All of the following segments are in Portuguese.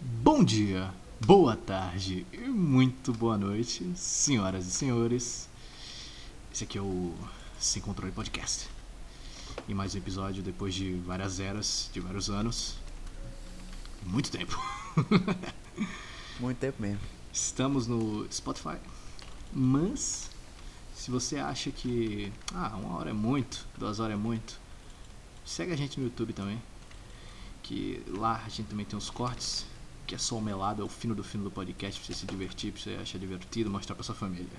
Bom dia, boa tarde e muito boa noite, senhoras e senhores. Esse aqui é o Sem Controle Podcast. E mais um episódio depois de várias eras, de vários anos. Muito tempo. Muito tempo mesmo. Estamos no Spotify. Mas, se você acha que. Ah, uma hora é muito, duas horas é muito. Segue a gente no YouTube também. Que lá a gente também tem uns cortes. Que é só o melado, é o fino do fino do podcast. Pra você se divertir, pra você achar divertido, mostrar pra sua família.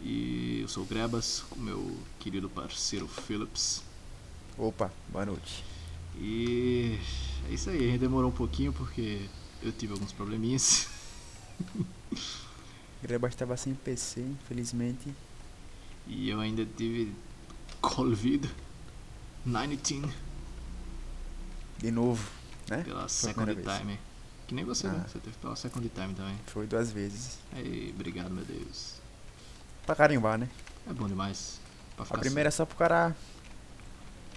E eu sou o Grebas, com meu querido parceiro Phillips. Opa, boa noite. E é isso aí, demorou um pouquinho porque eu tive alguns probleminhas. Greba estava sem PC, infelizmente. E eu ainda tive Covid 19 De novo, né? pela Foi a Second primeira vez. Time. Que nem você, né? Ah. Você teve pela Second Time também. Foi duas vezes. Aí, obrigado, meu Deus. Pra carimbar, né? É bom demais. Pra A ficar primeira é só pro cara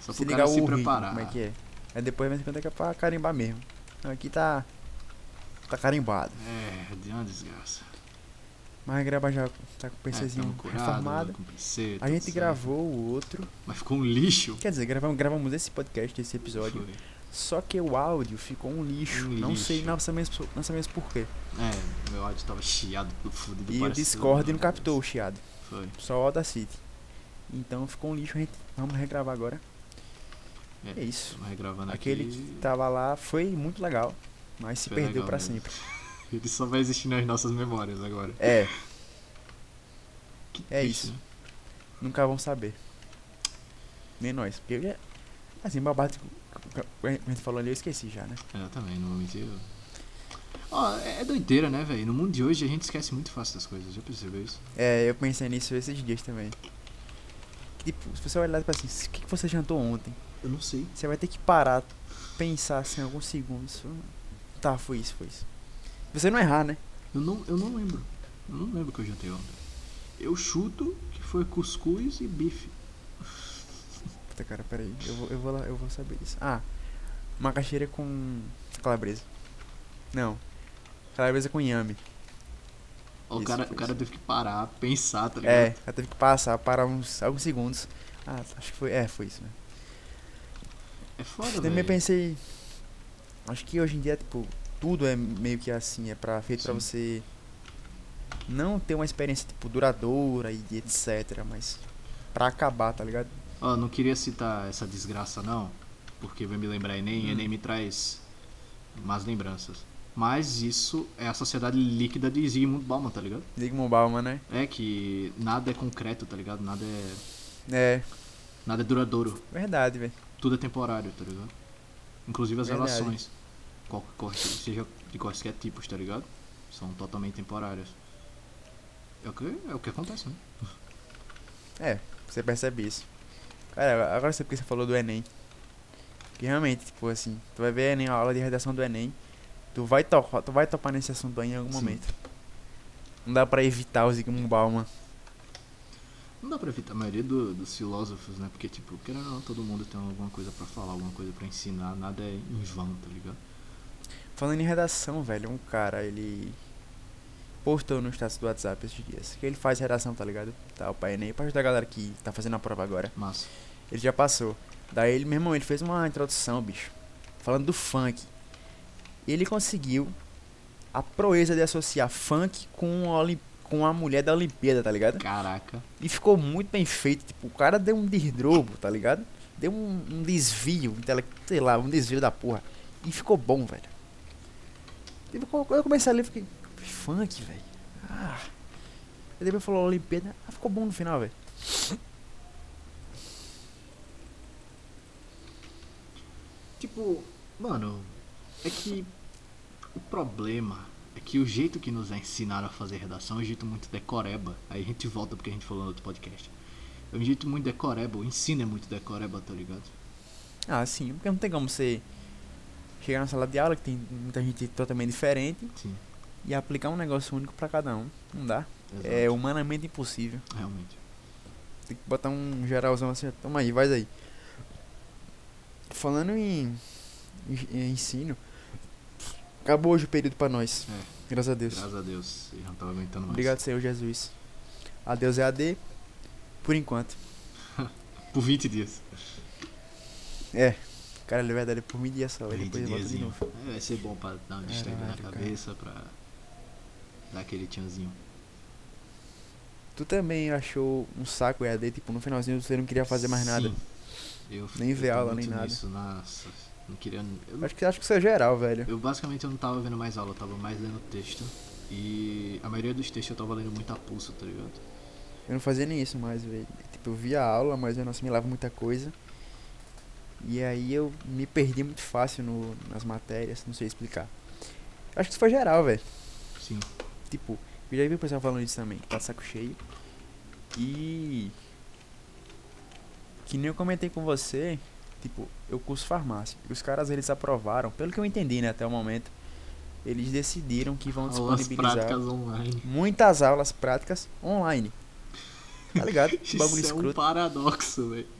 só, só se pro ligar cara o se ritmo, preparar. como é que é. Aí depois vem quando é que é pra carimbar mesmo. Então, aqui tá. Tá carimbado. É, de uma desgraça. Mas a greba já tá com o É, PCzinho tamo curado, reformado. com PC, A tudo gente certo. gravou o outro. Mas ficou um lixo. Quer dizer, gravamos, gravamos esse podcast, esse episódio. Foi. Só que o áudio ficou um lixo. Um não sei, lixo. não sabemos, não sabemos porquê. É, meu áudio tava chiado do né? fudido. E o parece- Discord não captou o chiado. Foi. Só o Audacity. Então ficou um lixo, a gente. Vamos regravar agora. É isso. Estamos regravando Aquele aqui. que tá tava lá foi muito legal, mas se Foi perdeu legal pra mesmo. sempre. Ele só vai existir nas nossas memórias agora. É, Que É triste, isso. né? nunca vão saber. Nem nós. Porque eu já- assim, babado que a gente falou ali, eu esqueci já, né? É, Eu também, não vou mentir. eu- Ó, é é doideira, né, velho? No mundo de hoje a gente esquece muito fácil das coisas, já percebeu isso? É, eu pensei nisso esses dias também. Que, Tipo, se você olhar tipo assim, o que que você jantou ontem? Eu não sei. Você vai ter que parar, pensar assim alguns segundos. Tá, foi isso, foi isso. Você não errar, né? Eu não, eu não lembro. Eu não lembro o que eu jantei ontem. Eu chuto que foi cuscuz e bife. Puta cara, peraí. Eu vou, eu vou lá, eu vou saber disso. Ah, macaxeira com calabresa. Não. Calabresa com inhame. Tá Ó, o Isso, cara, foi o cara isso. teve que parar, pensar, tá ligado? É, eu teve que passar para uns alguns segundos. Ah, acho que foi, é, foi isso, né? É foda, Também velho. pensei Acho que hoje em dia, tipo, tudo é meio que assim, é para feito para Sim. você não ter uma experiência tipo duradoura e etc, mas pra acabar, tá ligado? Ó, não queria citar essa desgraça, não, porque vai me lembrar Enem, Hum. Enem me traz más lembranças. Mas isso é a sociedade líquida de Zygmunt Bauman, tá ligado? Zygmunt Bauman, né? É que nada é concreto, tá ligado? Nada é, É, nada é duradouro. verdade, velho. Tudo é temporário, tá ligado? Inclusive as Verdade. relações. Qual, qual, seja de quaisquer tipos, tá ligado? São totalmente temporárias. É o que, é o que acontece, né? Você percebe isso. Cara, agora eu sei porque você falou do Enem. Que realmente, tipo assim, tu vai ver Enem, a aula de redação do Enem, tu vai, to tu vai topar nesse assunto aí em algum Sim. momento. Não dá pra evitar o Zygmunt Bauman. Não dá pra evitar a maioria do- dos filósofos, né? Porque, tipo, querendo ou não, todo mundo tem alguma coisa pra falar, alguma coisa pra ensinar, nada é em vão, tá ligado? Falando em redação, velho, um cara, ele postou no status do WhatsApp esses dias, que ele faz redação, tá ligado? Tá, pra Enem, pra ajudar a galera que tá fazendo a prova agora. Mas, Ele já passou. Daí ele, meu irmão, ele fez uma introdução, bicho. Falando do funk. Ele conseguiu a proeza de associar funk com a, Olim- com a mulher da Olimpíada, tá ligado? caraca, E ficou muito bem feito. Tipo, o cara deu um desdrobo, tá ligado? Deu um, um desvio, intele- sei lá, um desvio da porra. E ficou bom, velho. Tipo, quando quando eu comecei a ler, eu fiquei. Funk, velho. Ah. E depois falou Olimpíada. Ah, ficou bom no final, velho. tipo, mano, é que o problema é que o jeito que nos ensinaram a fazer redação é um jeito muito decoreba. Aí a gente volta porque a gente falou no outro podcast. É um jeito muito decoreba, o ensino é muito decoreba, tá ligado? Ah, sim, porque não tem como você chegar na sala de aula, que tem muita gente totalmente diferente, Sim, e aplicar um negócio único pra cada um. Não dá. exato. É humanamente impossível. Realmente. Tem que botar um geralzão assim, ó, toma aí, vai aí. Falando em, en- ensino. Acabou hoje o período pra nós. É. Graças a Deus. Graças a Deus, eu já não tava aguentando mais. Obrigado, Senhor Jesus. Adeus é AD. Por enquanto. Por 20 dias. É. Cara, ele vai dar por mim dia só. aí 20 Depois eu volto de diazinho. novo. É, vai ser bom pra dar um distraída na Caralho, cara. cabeça, pra dar aquele tchanzinho. Tu também achou um saco EAD, tipo, no finalzinho você não queria fazer mais nada. Sim. Eu, Nem eu ver tô aula, muito nem nada. nisso, nossa. Não queria. Eu, não- Acho que acho que isso é geral, velho. eu basicamente eu não tava vendo mais aula, eu tava mais lendo texto. E a maioria dos textos eu tava lendo muito a pulso, tá ligado? Eu não fazia nem isso mais, velho. Tipo, eu via a aula, mas eu não assimilava muita coisa. E aí eu me perdi muito fácil no, nas matérias, não sei explicar. Acho que isso foi geral, velho. Sim. Tipo, eu já vi o pessoal falando isso também, que tá de saco cheio. E. Que nem eu comentei com você, tipo, eu curso farmácia. E os caras eles aprovaram, pelo que eu entendi, né, até o momento. Eles decidiram que vão Aulas disponibilizar práticas online. muitas aulas práticas online. Tá ligado? Que Isso Bagulho é um escroto. paradoxo, velho.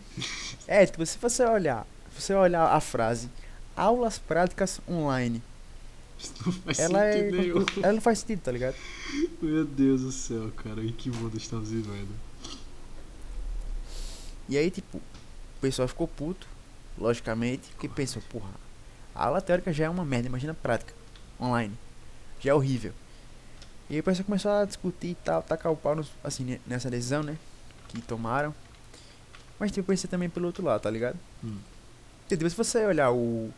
É, tipo, se você olhar, se você olhar a frase aulas práticas online, Isso não faz ela é, sentido nenhum. ela não faz sentido, tá ligado? Meu Deus do céu, cara. Em que mundo estamos vivendo? E aí, tipo, o pessoal ficou puto, logicamente, porque pensou, porra, a aula teórica já é uma merda, imagina a prática, online. Já é horrível. E aí o pessoal começou a discutir e tal, tacar o pau nos- assim, ne- nessa decisão, né? Que tomaram. Mas tipo, eu pensei também pelo outro lado, tá ligado? Hum. Entendeu? Se você olhar o.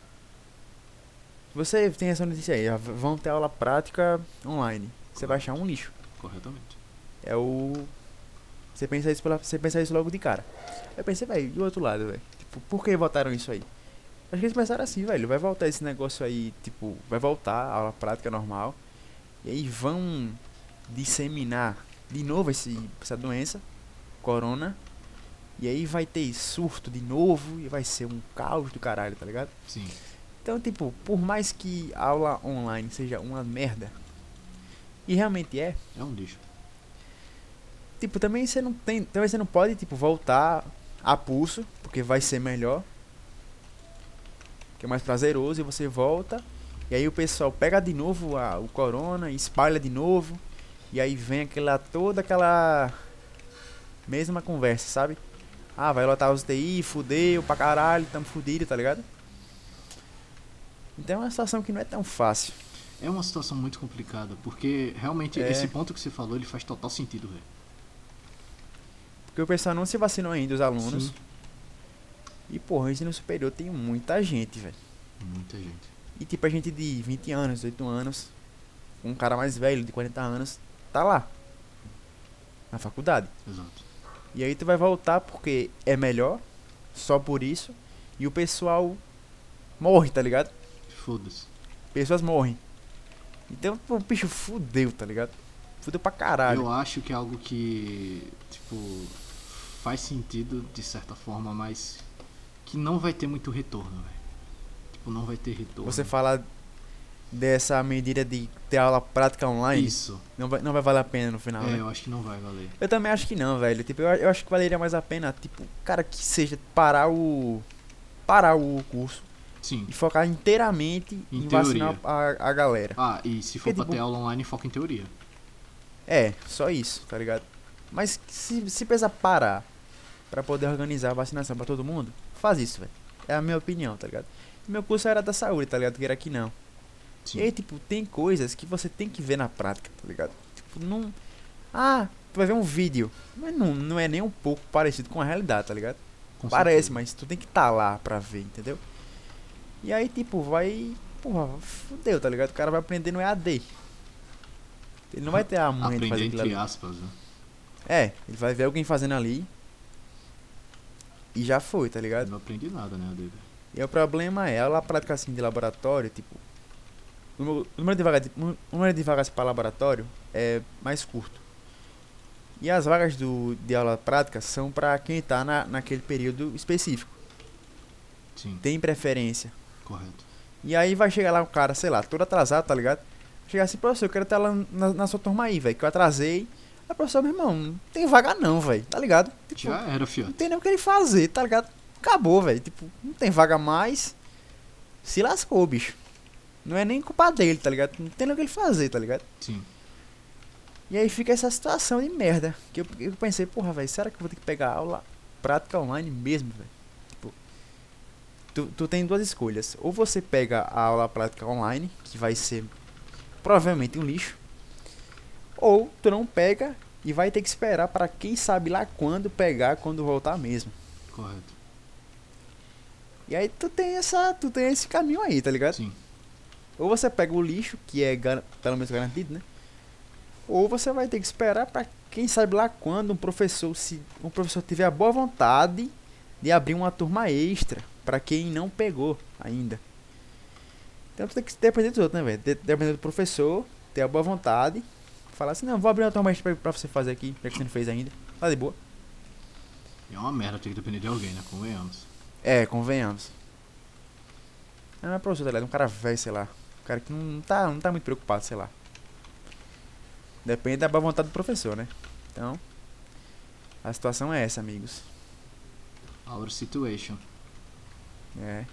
Se você tem essa notícia aí, ah, v- vão ter aula prática online. Você vai achar um lixo. Corretamente. É o. Você pensa isso, pela... você pensa isso logo de cara. Aí eu pensei, velho, do outro lado, velho. Tipo, por que votaram isso aí? Acho que eles pensaram assim, velho, vai voltar esse negócio aí, tipo, vai voltar a aula prática normal. E aí vão disseminar de novo esse, essa doença, corona. E aí vai ter surto de novo e vai ser um caos do caralho, tá ligado? Sim. Então, tipo, por mais que a aula online seja uma merda, e realmente é, É um lixo. Tipo, também você não tem. Também você não pode, tipo, voltar a pulso, porque vai ser melhor. Que é mais prazeroso, e você volta. E aí o pessoal pega de novo a, o corona, espalha de novo. E aí vem aquela. toda aquela. Mesma conversa, sabe? Ah, vai lotar os TI, fudeu pra caralho, tamo fudido, tá ligado? Então é uma situação que não é tão fácil. É uma situação muito complicada, porque realmente É. esse ponto que você falou, ele faz total sentido, velho. Porque o pessoal não se vacinou ainda, os alunos. Sim. E porra, o ensino superior tem muita gente, velho. Muita gente. E tipo, a gente de 20 anos, 18 anos, um cara mais velho, de 40 anos, tá lá. Na faculdade. Exato. E aí tu vai voltar porque é melhor, só por isso. E o pessoal morre, tá ligado? Foda-se. Pessoas morrem. Então, pô, bicho, fudeu, tá ligado? Fudeu pra caralho. Eu acho que é algo que, tipo, faz sentido de certa forma, mas que não vai ter muito retorno, velho. Tipo, não vai ter retorno. Você falar dessa medida de ter aula prática online, Isso. não vai, não vai valer a pena no final, né? é, eu acho que não vai valer. Eu também acho que não, velho. Tipo, eu, eu acho que valeria mais a pena, tipo, cara, que seja parar o. parar o curso Sim. e focar inteiramente em, Em vacinar a, a galera. Ah, e se for Porque, pra tipo, ter aula online, foca em teoria. É, só isso, tá ligado? Mas se, se pensar parar pra poder organizar a vacinação pra todo mundo, faz isso, velho. É a minha opinião, tá ligado? Meu curso era da saúde, tá ligado? Que era que não. Sim. E aí, tipo, tem coisas que você tem que ver na prática, tá ligado? Tipo, não. Ah, tu vai ver um vídeo. Mas não, não é nem um pouco parecido com a realidade, tá ligado? Com Parece, certeza. mas tu tem que estar lá pra ver, entendeu? E aí, tipo, vai. Porra, fudeu, tá ligado? O cara vai aprender no EAD. Ele não vai ter a mãe de Aprender fazer entre aquilo ali. aspas, né? É, ele vai ver alguém fazendo ali. E já foi, tá Eu ligado? não aprendi nada, né, Adê? E o problema é, ela prática assim de laboratório, tipo. O número- o número de vagas, de- o número de vagas para laboratório é mais curto. E as vagas do, de aula prática são para quem está na, naquele período específico. Sim, Tem preferência. correto. E aí vai chegar lá um cara, sei lá, todo atrasado, tá ligado? Chegar assim, professor, eu quero estar lá na, na sua turma aí, velho, que eu atrasei. Aí, professor, meu irmão, não tem vaga não, velho, tá ligado? Tipo, Já era, fiote. não tem nem o que ele fazer, tá ligado? Acabou, velho. Tipo, não tem vaga mais. se lascou, bicho. Não é nem culpa dele, tá ligado? Não tem nem o que ele fazer, tá ligado? Sim. E aí fica essa situação de merda. Que eu, eu pensei, porra, velho, será que eu vou ter que pegar aula prática online mesmo, velho? Tipo, tu, tu tem duas escolhas. Ou você pega a aula prática online, que vai ser provavelmente um lixo. Ou tu não pega e vai ter que esperar pra quem sabe lá quando pegar, quando voltar mesmo. Correto. E aí tu tem essa, tu tem esse caminho aí, tá ligado? Sim. Ou você pega o lixo, que é gar- pelo menos garantido, né? Ou você vai ter que esperar pra quem sabe lá quando um professor se um professor tiver a boa vontade de abrir uma turma extra pra quem não pegou ainda. Então tu tem que depender dos outros, né, velho? De- Depender do professor, ter a boa vontade, falar assim, não, vou abrir uma turma extra pra, pra você fazer aqui, já que você não fez ainda. Tá de boa. E é uma merda ter que depender de alguém, né? Convenhamos. É, convenhamos. Ah, Não é professor, tá ligado? Um cara velho, sei lá. Um cara que não- não tá, não tá muito preocupado, sei lá. Depende da boa vontade do professor, né? Então, a situação é essa, amigos. Our situation. É.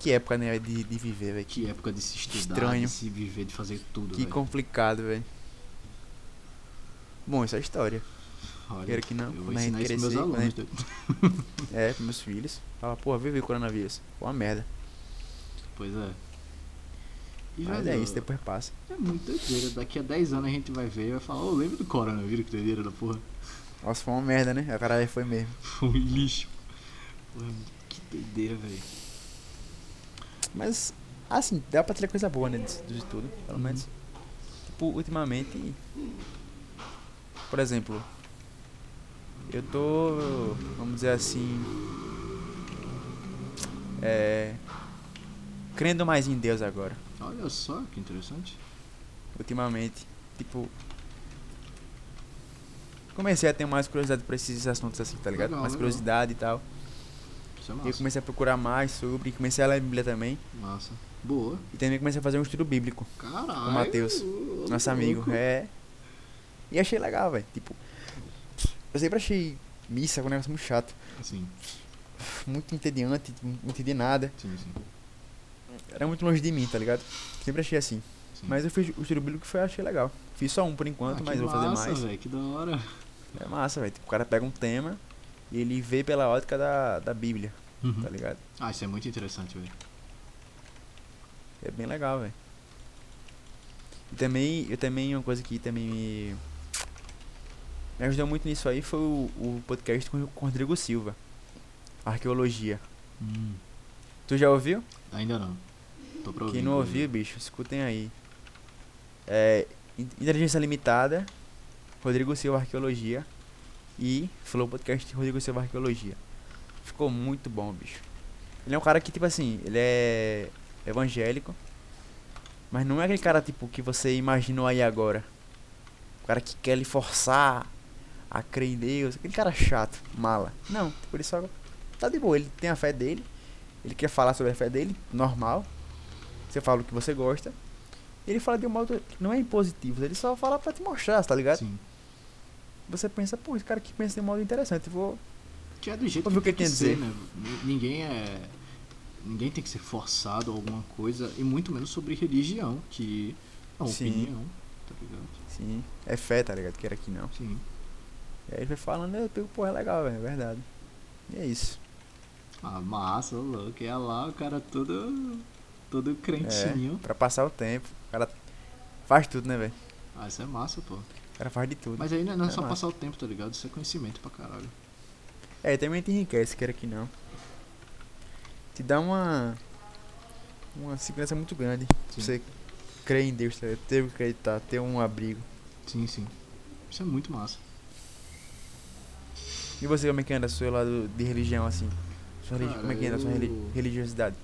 Que época, né, de, de viver, velho. Que época de se estudar, Estranho. de se viver, de fazer tudo, Que velho. complicado, velho. Bom, isso é história. Olha, Quero que não. Eu vou Quando a ensinar gente isso pros meus crescer, quando a alunos. gente- É, pros meus filhos. Fala, porra, vive o coronavírus. Pô, uma merda. Pois é. E, Mas é velho, isso, depois passa. É muito doideira. Daqui a 10 anos a gente vai ver e vai falar, ô, lembra do coronavírus que doideira da porra? Nossa, foi uma merda, né? O cara foi mesmo. Foi um lixo. Porra, que doideira, velho. Mas, assim, dá pra tirar coisa boa, né? Disso, disso tudo, pelo Uhum. menos. Tipo, ultimamente. Por exemplo, eu tô. Vamos dizer assim. É. Crendo mais em Deus agora, Olha só que interessante. ultimamente. Tipo. Comecei a ter mais curiosidade pra esses assuntos assim, tá ligado? Legal, mais legal. curiosidade e tal. Isso é E eu massa. comecei a procurar mais sobre, comecei a ler a Bíblia também. Massa. Boa. E também comecei a fazer um estudo bíblico. Caralho. O Matheus, ô, Nosso amigo, louco. é. E achei legal, velho. Tipo, eu sempre achei missa um negócio muito chato, Sim, muito entediante, não entendi nada. sim, sim. Era muito longe de mim, tá ligado? Sempre achei assim. sim. Mas eu fiz o estilo bíblico que foi, achei legal. Fiz só um por enquanto, Ah, mas que vou fazer massa, mais. velho, que da hora. É massa, velho. Tipo, o cara pega um tema e ele vê pela ótica da, da Bíblia, Uhum. tá ligado? Ah, isso é muito interessante, velho. É bem legal, velho. E também, eu também, uma coisa que também me, me ajudou muito nisso aí foi o, o podcast com, com o Rodrigo Silva. Arqueologia. Hum, Tu já ouviu? Ainda não. Tô pra ouvir. Quem não inclusive. ouviu, bicho, escutem aí. É, In- Inteligência Limitada, Rodrigo Silva Arqueologia e Flow Podcast Rodrigo Silva Arqueologia. Ficou muito bom, bicho. Ele é um cara que, tipo assim, ele é evangélico, mas não é aquele cara, tipo, que você imaginou aí agora. O cara que quer lhe forçar a crer em Deus, aquele cara chato, mala. Não, tipo, ele só tá de boa, ele tem a fé dele, ele quer falar sobre a fé dele, normal. Você fala o que você gosta. E ele fala de um modo que não é impositivo, ele só fala pra te mostrar, tá ligado? Sim. Você pensa, pô, esse cara que pensa de um modo interessante, vou. Que é do jeito Ouviu que, o que tem eu que tinha a ser, né? N- Ninguém é. Ninguém tem que ser forçado a alguma coisa, e muito menos sobre religião, que é uma Sim. opinião, tá ligado? assim, Sim, é fé, tá ligado? Que era aqui não. Sim. E aí ele vai falando, eu pego, pô, é legal, velho, é verdade. E é isso. Ah, massa, ô louco. E é lá o cara todo. todo crentinho. É, pra passar o tempo. O cara faz tudo, né, velho? Ah, isso é massa, pô. O cara faz de tudo. Mas aí não é, não é É só massa. passar o tempo, tá ligado? Isso é conhecimento pra caralho. É, também te enriquece, quer que não. Te dá uma. Uma segurança muito grande. Sim. Você crê em Deus, tá ligado? Ter o que acreditar, ter um abrigo. Sim, sim. Isso é muito massa. E você, como é que anda seu lado de religião, assim? Sua religi- Cara, como é que anda a sua reli- eu- religiosidade?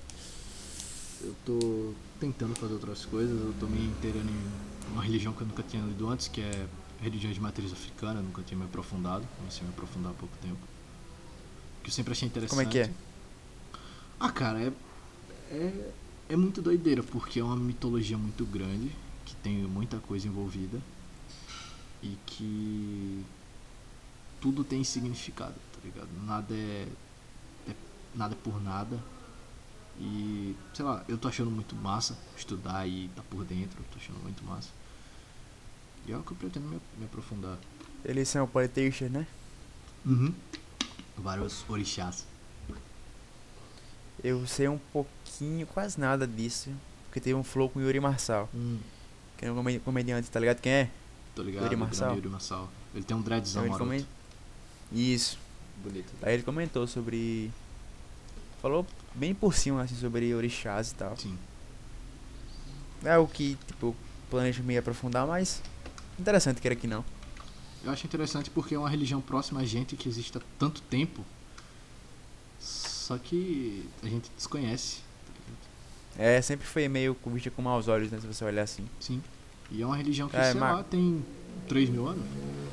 Eu tô tentando fazer outras coisas, eu tô me inteirando em uma religião que eu nunca tinha lido antes, que é religião de matriz africana, eu nunca tinha me aprofundado, comecei a me aprofundar há pouco tempo. Que eu sempre achei interessante. Como é que é? Ah, cara, é, é, é muito doideira, porque é uma mitologia muito grande, que tem muita coisa envolvida, e que tudo tem significado, tá ligado? Nada é, é- nada é por nada. E, sei lá, eu tô achando muito massa estudar e tá por dentro, eu tô achando muito massa. E é o que eu pretendo me, me aprofundar. Eles são Politeistas, né? Uhum. Vários orixás. Eu sei um pouquinho, quase nada disso. Porque teve um flow com o Yuri Marçal. Hum. Que é um comedi- comediante, tá ligado? Quem é? Tô ligado, Yuri o grande Marçal. Yuri Marçal. Ele tem um Então dreadzão ele maroto. comen- Isso. Bonito. Aí ele comentou sobre. Falou bem por cima, assim, sobre orixás e tal. Sim. É o que, tipo, eu planejo me aprofundar, mas. Interessante que era que não. Eu acho interessante porque é uma religião próxima a gente que existe há tanto tempo. Só que a gente desconhece. tá ligado? É, sempre foi meio com- vista com maus olhos, né? Se você olhar assim. Sim. E é uma religião que, É, sei ma- lá, tem 3 mil anos.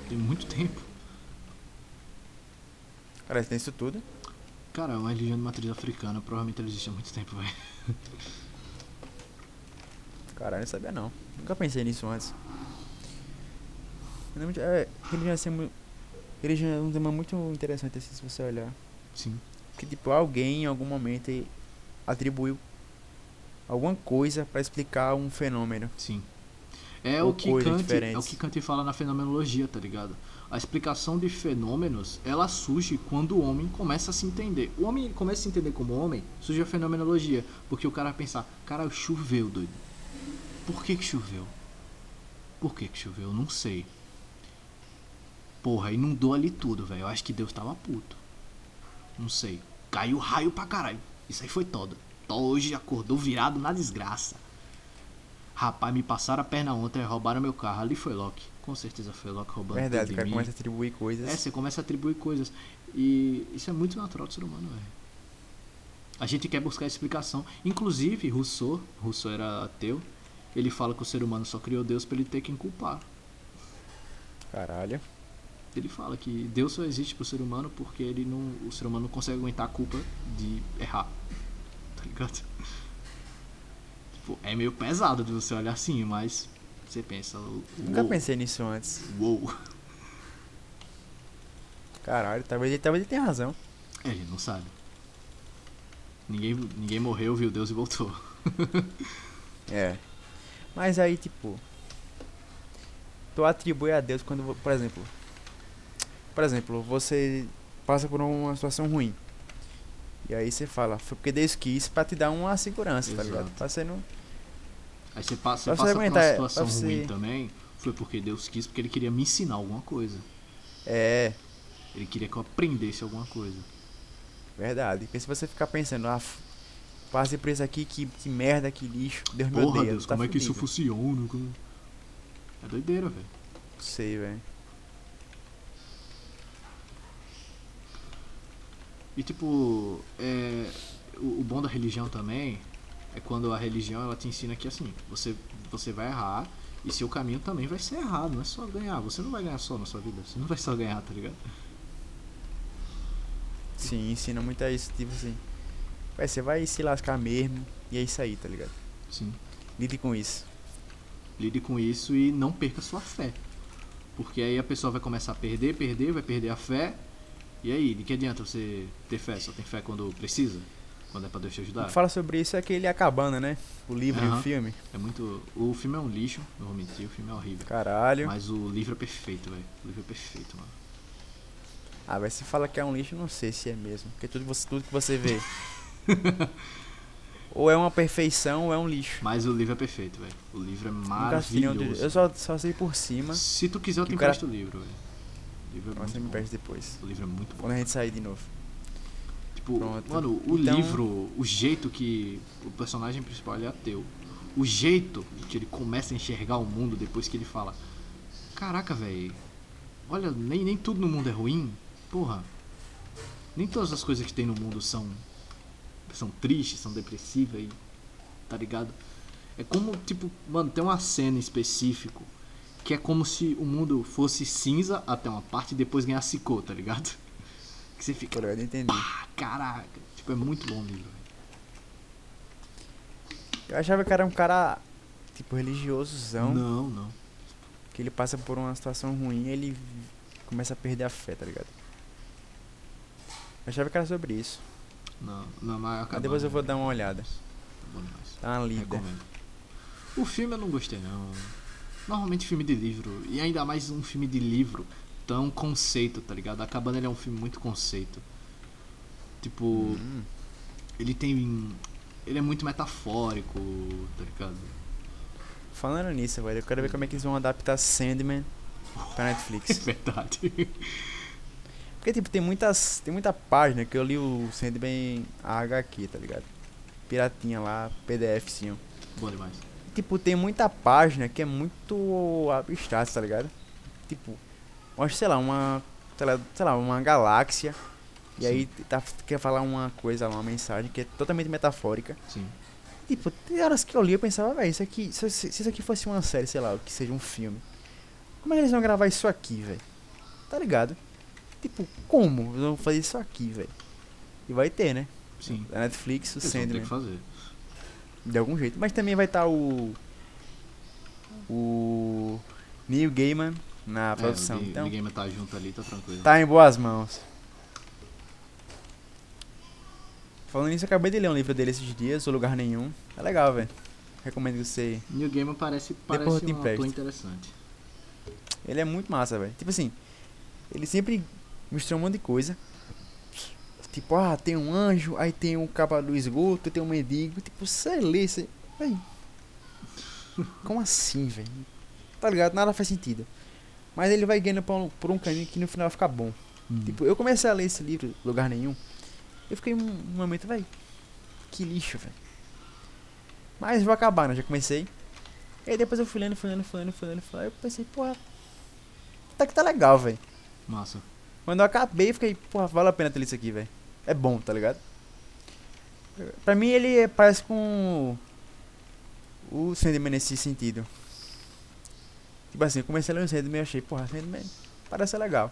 Tem muito tempo. Cara, tem isso tudo. Cara, é uma religião de matriz africana. Provavelmente ela existe há muito tempo, velho. Caralho, não sabia não. Nunca pensei nisso antes. Mas é muito- É, religião, assim, é mu- religião é um tema muito interessante, assim, se você olhar. Sim. que tipo alguém em algum momento e- atribuiu alguma coisa pra explicar um fenômeno. Sim. É Ou o, que coisas Kant, é o diferentes. que Kant fala na fenomenologia, tá ligado? A explicação de fenômenos, ela surge quando o homem começa a se entender. O homem começa a se entender como homem, surge a fenomenologia, porque o cara vai pensar, cara, choveu, doido. Por que que choveu? Por que que choveu? Não sei. Porra, inundou ali tudo, velho. Eu acho que Deus tava puto. Não sei. Caiu raio pra caralho. Isso aí foi todo. Tó hoje acordou virado na desgraça. Rapaz, me passaram a perna ontem, roubaram meu carro. Ali foi Loki. Com certeza foi Loki roubando Verdade, tudo o em cara mim. começa a atribuir coisas. É, você começa a atribuir coisas. E isso é muito natural do ser humano, velho. A gente quer buscar explicação. Inclusive, Rousseau, Rousseau era ateu, ele fala que o ser humano só criou Deus pra ele ter quem culpar. Caralho. Ele fala que Deus só existe pro ser humano porque ele não, o ser humano não consegue aguentar a culpa de errar. Tá ligado? Tipo, é meio pesado de você olhar assim, mas você pensa. "Uou, Nunca pensei nisso antes. Uou. Caralho, talvez ele, talvez ele tenha razão. É, a gente não sabe. Ninguém, ninguém morreu, viu Deus e voltou. É. Mas aí, tipo. Tu atribui a Deus quando, vo- por exemplo. Por exemplo, você passa por uma situação ruim. E aí você fala, foi porque Deus quis pra te dar uma segurança, tá ligado? Exato. Pra você não. Aí você passa, Pra você você passa por aguentar, uma é, situação pra você- ruim também. Foi porque Deus quis, porque ele queria me ensinar alguma coisa. É, Ele queria que eu aprendesse alguma coisa. Verdade. Porque se você ficar pensando, ah, f- passei por isso aqui, que, que merda, que lixo. Deus me Porra, odeia, Deus, tu tá como é que isso fudido. funciona? Como- É doideira, velho. Sei, velho. E tipo, é, o, o bom da religião também é quando a religião ela te ensina que assim, você, você vai errar e seu caminho também vai ser errado, não é só ganhar. Você não vai ganhar só na sua vida, você não vai só ganhar, tá ligado? Sim, ensina muito a isso, tipo assim. Vai, você vai se lascar mesmo. E é isso aí, tá ligado? Sim. Lide com isso. Lide com isso e não perca sua fé. Porque aí a pessoa vai começar a perder, perder, vai perder a fé. E aí, de que adianta você ter fé? Só tem fé quando precisa? Quando é pra Deus te O ajudar? que fala sobre isso é aquele A Cabana, né? O livro e Aham. o filme. É muito. O filme é um lixo, não vou mentir, o filme é horrível. Caralho. Mas o livro é perfeito, velho. O livro é perfeito, mano. Ah, vai se fala que é um lixo, não sei se é mesmo. Porque tudo, você, tudo que você vê. ou é uma perfeição ou é um lixo. Mas o livro é perfeito, velho. O livro é Nunca assisti nenhum dos- maravilhoso. Um Eu só, só sei por cima. Se tu quiser, eu te Que o cara- empresto o livro, velho. O livro é Mas Você me muito bom. perde depois. O livro é muito bom. Quando a gente sair de novo. Tipo, Pronto. mano, o Então- livro, o jeito que o personagem principal ele é ateu, o jeito que ele começa a enxergar o mundo depois que ele fala: Caraca, velho, olha, nem, nem tudo no mundo é ruim. Porra, nem todas as coisas que tem no mundo são, são tristes, são depressivas e. Tá ligado? É como, tipo, mano, tem uma cena em específico que é como se o mundo fosse cinza até uma parte e depois ganhasse cor, tá ligado? Que você fica, Tô ligado, entendi. ah, caraca. Tipo, é muito bom o livro, velho. Eu achava que era um cara, tipo, religiosozão, Não, não. que ele passa por uma situação ruim e ele começa a perder a fé, tá ligado? Eu achava que era sobre isso. Não, não, mas acabou. Mas depois eu né? vou dar uma olhada. Tá bom demais. Tá uma lida. Recomendo. O filme eu não gostei, não. Normalmente filme de livro, e ainda mais um filme de livro, tão conceito, tá ligado? A Cabana ele é um filme muito conceito. Tipo, Hum, ele tem. Ele é muito metafórico, tá ligado? falando nisso, velho, eu quero ver como é que eles vão adaptar Sandman É pra Netflix. verdade. Porque, tipo, tem muitas. Tem muita página que eu li o Sandman HQ, tá ligado? Piratinha lá, PDFzinho. Bom demais. Tipo, tem muita página que é muito abstrata, tá ligado? Tipo, mostra, sei lá, uma. Sei lá, sei lá, uma galáxia. E aí tá, quer falar uma coisa lá, uma mensagem que é totalmente metafórica. Sim. Tipo, tem horas que eu li eu pensava, velho, isso aqui. Se, se se isso aqui fosse uma série, sei lá, ou que seja um filme. Como é que eles vão gravar isso aqui, velho? Tá ligado? Tipo, como eles vão fazer isso aqui, velho? E vai ter, né? Sim. A Netflix, o Eles vão ter Sandman. que fazer. De algum jeito. Mas também vai estar o. O. Neil Gaiman na produção. é, então, Ninguém tá junto ali, tá tranquilo. tá em boas mãos. Falando nisso, eu acabei de ler um livro dele esses dias, O Lugar Nenhum. É legal, velho. Recomendo que você. New Gamer parece, parece eu te um ator empresto. interessante. Ele é muito massa, velho. Tipo assim, ele sempre mistura um monte de coisa. Tipo, ah, tem um anjo, aí tem um capa do esgoto, tem um mendigo. Tipo, sei lá, sei... Véi. Como assim, velho? Tá ligado? Nada faz sentido. Mas ele vai ganhando por um, por um caminho que no final vai ficar bom. Tipo, eu comecei a ler esse livro, Lugar Nenhum. Eu fiquei um um momento, velho, que lixo, velho. Mas vou acabar, né? Já comecei. E aí depois eu fui lendo, fui lendo, fui lendo, fui lendo, fui lendo. Aí eu pensei, porra, até que tá legal, velho. Tipo, Massa. Quando eu acabei, fiquei, porra, vale a pena ter lido isso aqui, velho. É bom, tá ligado? Pra mim ele é- parece com o Sandman nesse sentido. Tipo assim, eu comecei a ler o Sandman e achei, porra, Sandman parece legal.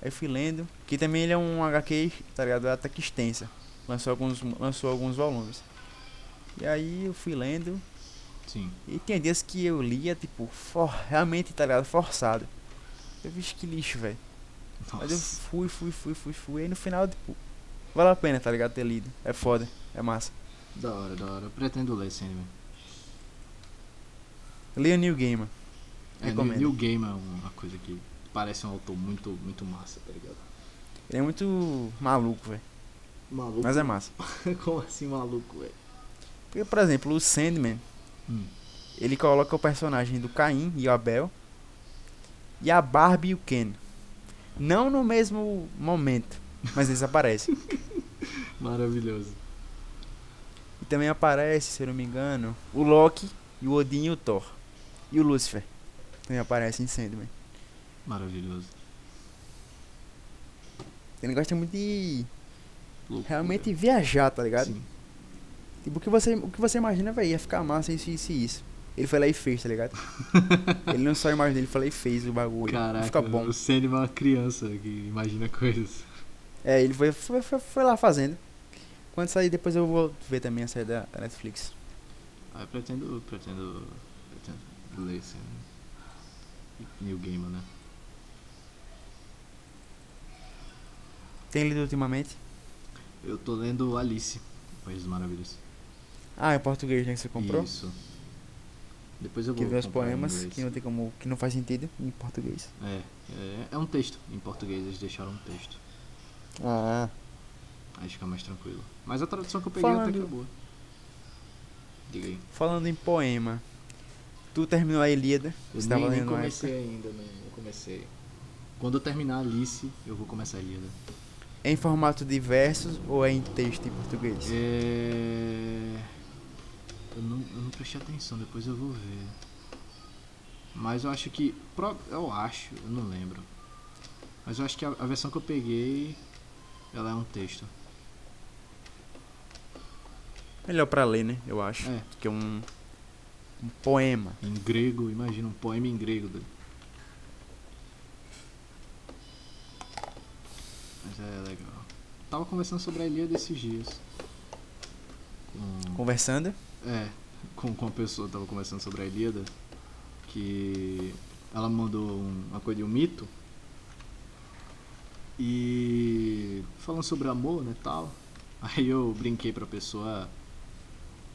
Aí fui lendo, que também ele é um HQ, tá ligado? Até que extensa. Lançou alguns, lançou alguns volumes. E aí eu fui lendo, Sim. e tem dias que eu lia, tipo, for, realmente, tá ligado? Forçado. Eu vi que lixo, velho. Mas eu Nossa. fui, fui, fui, fui, fui. E no final, tipo, vale a pena, tá ligado? Ter lido. É foda, é massa. Da hora, da hora. Eu pretendo ler Sandman. Leia o New Gamer. É, Recomendo. New Game é uma coisa que parece um autor muito, muito massa, tá ligado? Ele é muito maluco, velho. Maluco. Mas é massa. Como assim maluco, velho? Porque, por exemplo, o Sandman, Hum. ele coloca o personagem do Caim e o Abel. E a Barbie e o Ken. Não no mesmo momento, mas eles aparecem. Maravilhoso. E também aparece, se eu não me engano, o Loki, e o Odin e o Thor. E o Lúcifer. Também aparece em Sandman. Maravilhoso. Ele gosta muito de Loucura. realmente viajar, tá ligado? Sim. Tipo, o que você, o que você imagina, velho, ia ficar massa isso, isso e isso. Ele foi lá e fez, tá ligado? ele não só imaginou, ele foi lá e fez o bagulho. Caraca, fica bom. o Sandman é uma criança que imagina coisas. É, ele foi, foi, foi, foi lá fazendo. Quando sair, depois eu vou ver também a série da, da Netflix. Ah, eu pretendo, pretendo, pretendo ler Sandman. New Game, né? Tem lido ultimamente? Eu tô lendo Alice, o País dos Maravilhas. Ah, em português, né, que você comprou? Isso. Depois eu que vou vê os comprar em poemas, inglês. que não tem como, que não faz sentido em português. É, é, é um texto. Em português eles deixaram um texto. Ah, Aí fica mais tranquilo. Mas a tradução que eu peguei até que é Falando- boa. Diga aí. falando em poema, tu terminou a Ilíada? Eu Você nem, tava nem lendo na comecei ainda, né? Eu comecei. Quando eu terminar a Alice, eu vou começar a né? Lida. É em formato de versos ou é em texto em português? É... Eu, não, eu não prestei atenção, depois eu vou ver. Mas eu acho que. pro- Eu acho, eu não lembro. Mas eu acho que a, a versão que eu peguei. Ela é um texto. Melhor pra ler, né? Eu acho. É. Que é um, um poema. Em grego, imagina, um poema em grego. doido. Mas é legal. Tava conversando sobre a Ilíada esses dias. Com- Conversando. É, com, com uma pessoa, tava conversando sobre a Ilíada, que ela mandou um- uma coisa de um mito. E falando sobre amor, né, tal. Aí eu brinquei pra pessoa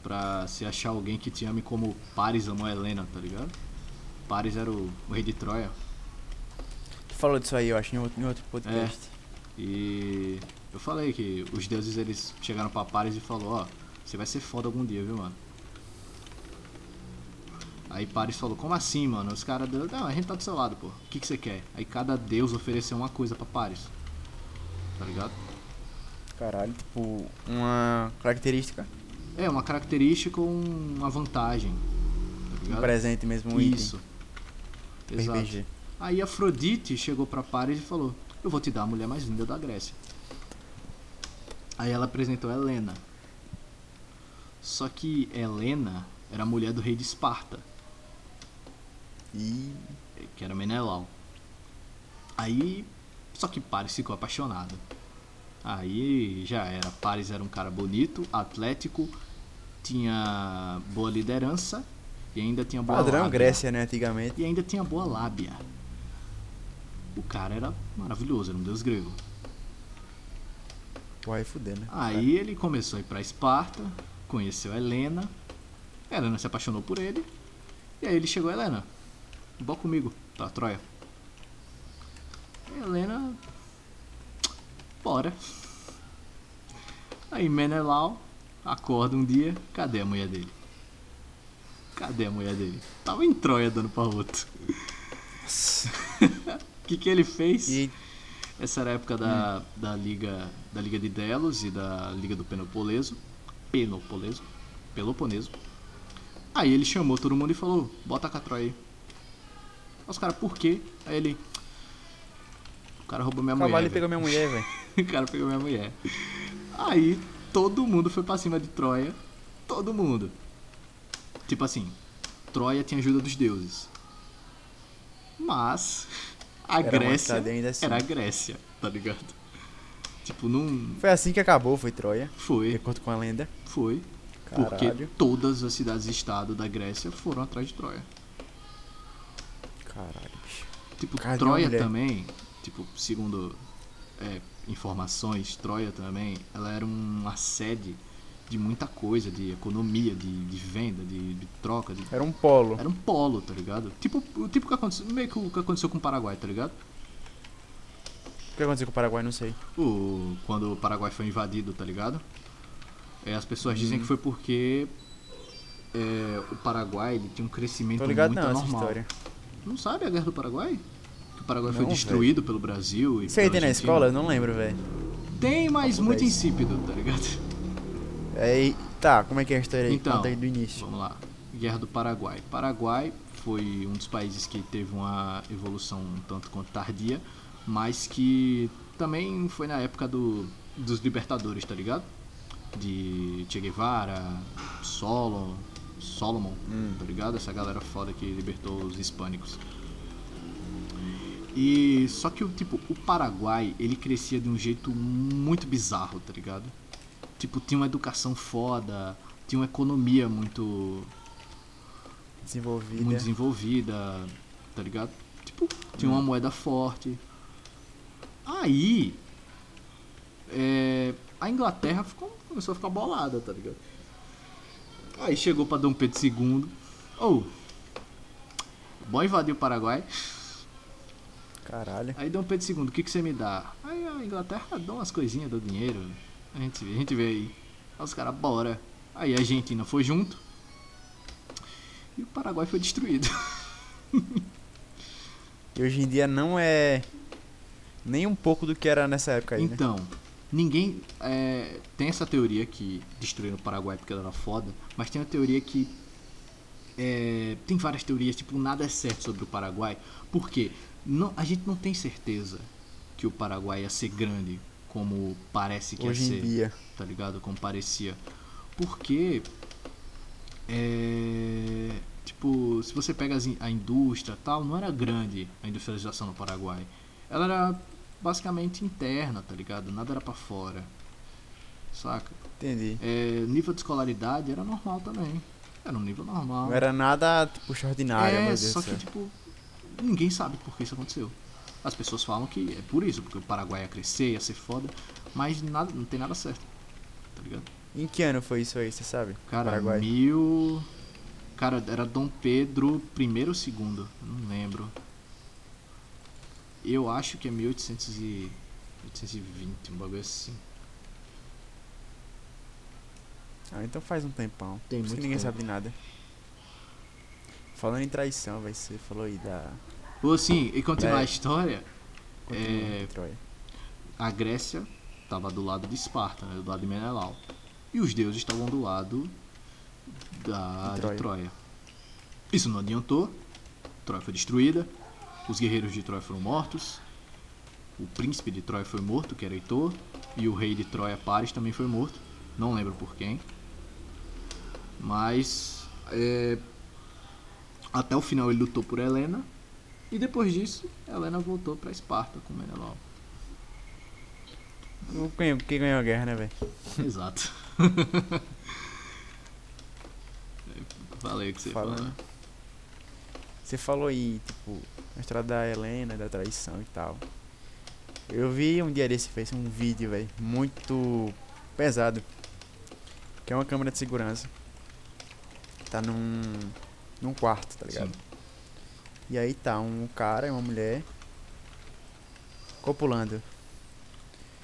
pra se achar alguém que te ame como Paris amou Helena, tá ligado? Paris era o, o rei de Troia. Tu falou disso aí, eu acho, em outro, em outro podcast. É. E eu falei que os deuses eles chegaram pra Paris e falou, ó, você vai ser foda algum dia, viu, mano? Aí Paris falou, como assim, mano? Os caras deu, não, a gente tá do seu lado, pô. O que, que você quer? Aí cada deus ofereceu uma coisa pra Paris. Tá ligado? Caralho, tipo, uma característica, É, uma característica ou uma vantagem. Tá um ligado? presente mesmo, um Isso. item. Exato. RPG. Aí Afrodite chegou pra Paris e falou: Eu vou te dar a mulher mais linda da Grécia. Aí ela apresentou Helena. Só que Helena era a mulher do rei de Esparta, E que era Menelau. Aí. Só que Paris ficou apaixonada. Aí já era. Paris era um cara bonito, atlético, tinha boa liderança e ainda tinha boa padrão lábia. Grécia, né, antigamente. E ainda tinha boa lábia. O cara era maravilhoso, era um deus grego. Pô, aí fuder, né? Aí ele começou a ir pra Esparta, conheceu Helena, Helena se apaixonou por ele, e aí ele chegou, Helena, bora comigo pra Troia. Helena, bora. Aí Menelau acorda um dia, cadê a mulher dele? Cadê a mulher dele? Tava em Troia dando pra outro. O que que ele fez? E Essa era a época da, da liga da liga de Delos e da liga do Penopoleso, Penopoleso, Peloponeso. Aí ele chamou todo mundo e falou: "Bota a Catroia aí". Aí Os caras, por quê? Aí ele O cara roubou minha o mulher. cavalo velho." pegou minha mulher, velho. O cara pegou minha mulher. Aí todo mundo foi pra cima de Troia. Todo mundo. Tipo assim, Troia tinha ajuda dos deuses. Mas a uma Grécia cidade ainda assim. era a Grécia, tá ligado? Tipo, não. Foi assim que acabou, foi Troia. De Foi, acordo com a lenda. foi. Porque Caralho. todas as cidades-estado da Grécia foram atrás de Troia. Caralho, bicho. Tipo, Cadê a Troia mulher? também, tipo, segundo é, informações, Troia também, ela era uma sede de muita coisa, de economia, de, de venda, de, de troca, de- Era um polo. Era um polo, tá ligado? Tipo o tipo que aconteceu, meio que o que aconteceu com o Paraguai, tá ligado? O que aconteceu com o Paraguai, não sei. O, quando o Paraguai foi invadido, tá ligado? É, as pessoas Uhum. dizem que foi porque é, o Paraguai ele tinha um crescimento Tô ligado muito Então, não, essa anormal. história. Não sabe a guerra do Paraguai? Que o Paraguai foi Não, destruído pelo Brasil e Isso aí pela tem na Argentina. escola? Eu não lembro, velho. Tem, mas Papo muito 10. insípido, tá ligado? Aí, tá, como é que é a história aí? Então, Conta aí do início. Vamos lá. Guerra do Paraguai. Paraguai foi um dos países que teve uma evolução um tanto quanto tardia, mas que também foi na época do, dos libertadores, tá ligado? De Che Guevara, Solon, Solomon, Hum. tá ligado? Essa galera foda que libertou os hispânicos. E só que o tipo, o Paraguai, ele crescia de um jeito muito bizarro, tá ligado? Tipo, tinha uma educação foda, tinha uma economia muito Desenvolvida. muito desenvolvida, tá ligado? Tipo, tinha uma moeda forte. Aí, é, a Inglaterra ficou- começou a ficar bolada, tá ligado? Aí chegou pra Dom Pedro II. Ou, bom invadir o Paraguai. Caralho. Aí Dom Pedro II, o que, que você me dá? Aí a Inglaterra dá umas coisinhas, dá dinheiro. né? A gente, a gente vê aí. Aí os caras, bora. Aí a Argentina foi junto. E o Paraguai foi destruído. E hoje em dia não é nem um pouco do que era nessa época aí, né? Então, ninguém. é, tem essa teoria que destruíram o Paraguai porque ela era foda, mas tem a teoria que. é, tem várias teorias, tipo, nada é certo sobre o Paraguai, porque não, a gente não tem certeza que o Paraguai ia ser grande como parece que ia Hoje ser em dia. tá ligado? Como parecia. Porque. É, tipo, se você pega as in- a indústria e tal, não era grande a industrialização no Paraguai. Ela era basicamente interna, tá ligado? Nada era pra fora. Saca? Entendi. É, nível de escolaridade era normal também. Era um nível normal. Não era nada, tipo, extraordinário, é, meu Deus só do que, céu. tipo, ninguém sabe por que isso aconteceu. As pessoas falam que é por isso, porque o Paraguai ia crescer, ia ser foda, mas nada, não tem nada certo. tá ligado? Em que ano foi isso aí, você sabe? Cara, Paraguai. mil. Cara, era Dom Pedro I ou segundo, não lembro. Eu acho que é 1800 e... 1820, um bagulho assim. Ah, então faz um tempão. Tem Por isso que muito ninguém tempo. sabe de nada. Falando em traição, vai você falou aí da. Ou assim, e continuar É. a história, continua, É. Troia. a Grécia estava do lado de Esparta, né, do lado de Menelau. E os deuses estavam do lado da, De Troia. de Troia. Isso não adiantou. Troia foi destruída. Os guerreiros de Troia foram mortos. O príncipe de Troia foi morto, que era Heitor. E o rei de Troia, Paris, também foi morto. Não lembro por quem. Mas. é, até o final ele lutou por Helena. E depois disso, Helena voltou para Esparta com Menelau. O Quem, quem ganhou a guerra, né, velho? Exato. Falei o que você falou. Falando. Você falou aí, tipo, a história da Helena, da traição e tal. Eu vi um dia desse, fez um vídeo, velho, muito pesado. Que é uma câmera de segurança. Tá num. num quarto, tá ligado? Sim. E aí tá um cara e uma mulher copulando. E aí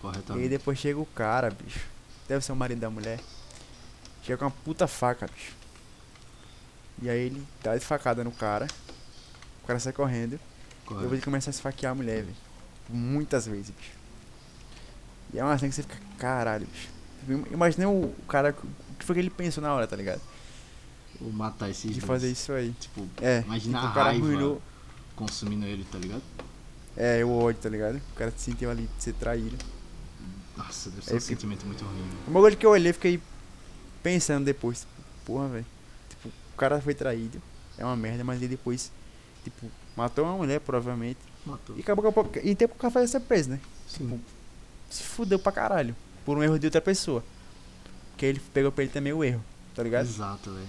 Corretamente. depois chega o cara, bicho. Deve ser o marido da mulher. Chega com uma puta faca, bicho. E aí ele dá de facada no cara. O cara sai correndo. Depois ele Correto. começa a esfaquear a mulher, velho. Muitas vezes, bicho. E é uma cena que você fica, caralho, bicho. Im- Imagina o o cara, o que foi que ele pensou na hora, tá ligado? Ou matar esses De dois. fazer isso aí. Tipo, É, Imagina tipo, a o cara raiva. arruinou. consumindo ele, tá ligado? É, o ódio, tá ligado? O cara se sentiu ali de ser traído. Nossa, deve É ser um isso que- sentimento muito ruim. né? velho. Uma coisa que eu olhei e fiquei pensando depois, tipo, porra, velho. Tipo, o cara foi traído, é uma merda, mas ele depois, tipo, matou uma mulher, provavelmente. Matou. E acabou que eu- e tempo que o cara vai ser preso, né? Sim. Se fudeu pra caralho. Por um erro de outra pessoa. Porque ele pegou pra ele também o erro, tá ligado? Exato, velho.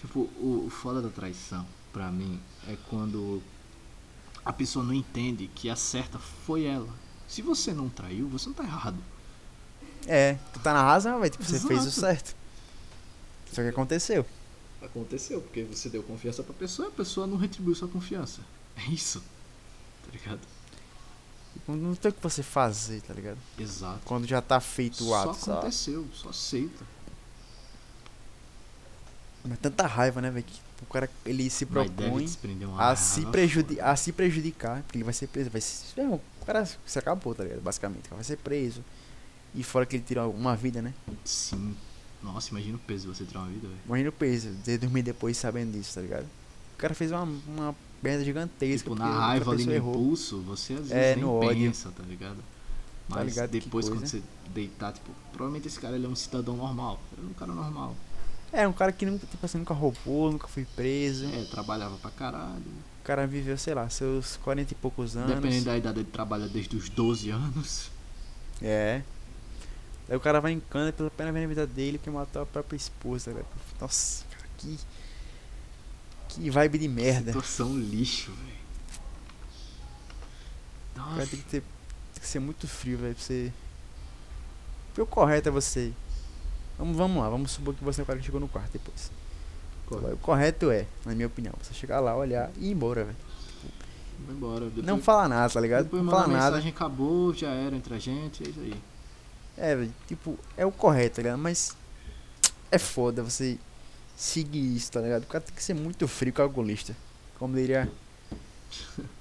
Tipo, o, o foda da traição, pra mim, é quando a pessoa não entende que a certa foi ela. Se você não traiu, você não tá errado. É, tu tá na razão, velho. Tipo, você fez o Exato. certo. Só que aconteceu. Aconteceu, porque você deu confiança pra pessoa e a pessoa não retribuiu sua confiança. É isso. Tá ligado? Tipo, não tem o que você fazer, tá ligado? Exato. Quando já tá feito o Só ato, sabe? aconteceu, só aceita. Mas tanta raiva, né, velho? Que o cara, ele se Mas deve propõe... desprender uma a se, raiva é prejudi a se prejudicar, porque ele vai ser preso, vai se, meu irmão, o cara se acabou, tá ligado? Basicamente, o cara vai ser preso. E fora que ele tirou uma vida, né? foda. Sim. Nossa, imagina o peso de você tirar uma vida, velho. Morrendo preso, de dormir depois sabendo disso, tá ligado? O cara fez uma, uma merda gigantesca. Tipo, porque na outra raiva ali no pessoa errou. impulso, você às vezes É, nem no ódio. pensa, tá ligado? Tá Mas ligado? Que depois quando coisa. você deitar, tipo, provavelmente esse cara ele é um cidadão normal. Ele é um cara normal. É, um cara que nunca, tipo assim, nunca roubou, nunca foi preso. É, trabalhava pra caralho. O cara viveu, sei lá, seus 40 e poucos anos. Dependendo da idade, ele trabalha desde os 12 anos. É. Aí o cara vai em cana pela pena ver a vida dele porque matou a própria esposa, velho. Nossa, cara, que. Que vibe de merda. Situação um lixo, velho. O Nossa, cara tem que, ter, tem que ser muito frio, velho, pra você. Porque o correto é você. Vamos, vamos lá, vamos supor que você é o cara que chegou no quarto depois. corre. O correto é, na minha opinião, você chegar lá, olhar e ir embora, velho. Vai embora. Depois, Não falar nada, tá ligado? depois Não manda falar nada. mensagem, acabou, já era entre a gente, é isso aí. É, velho, tipo, é o correto, tá ligado? Mas é foda você seguir isso, tá ligado? O cara tem que ser muito frio calculista. Como diria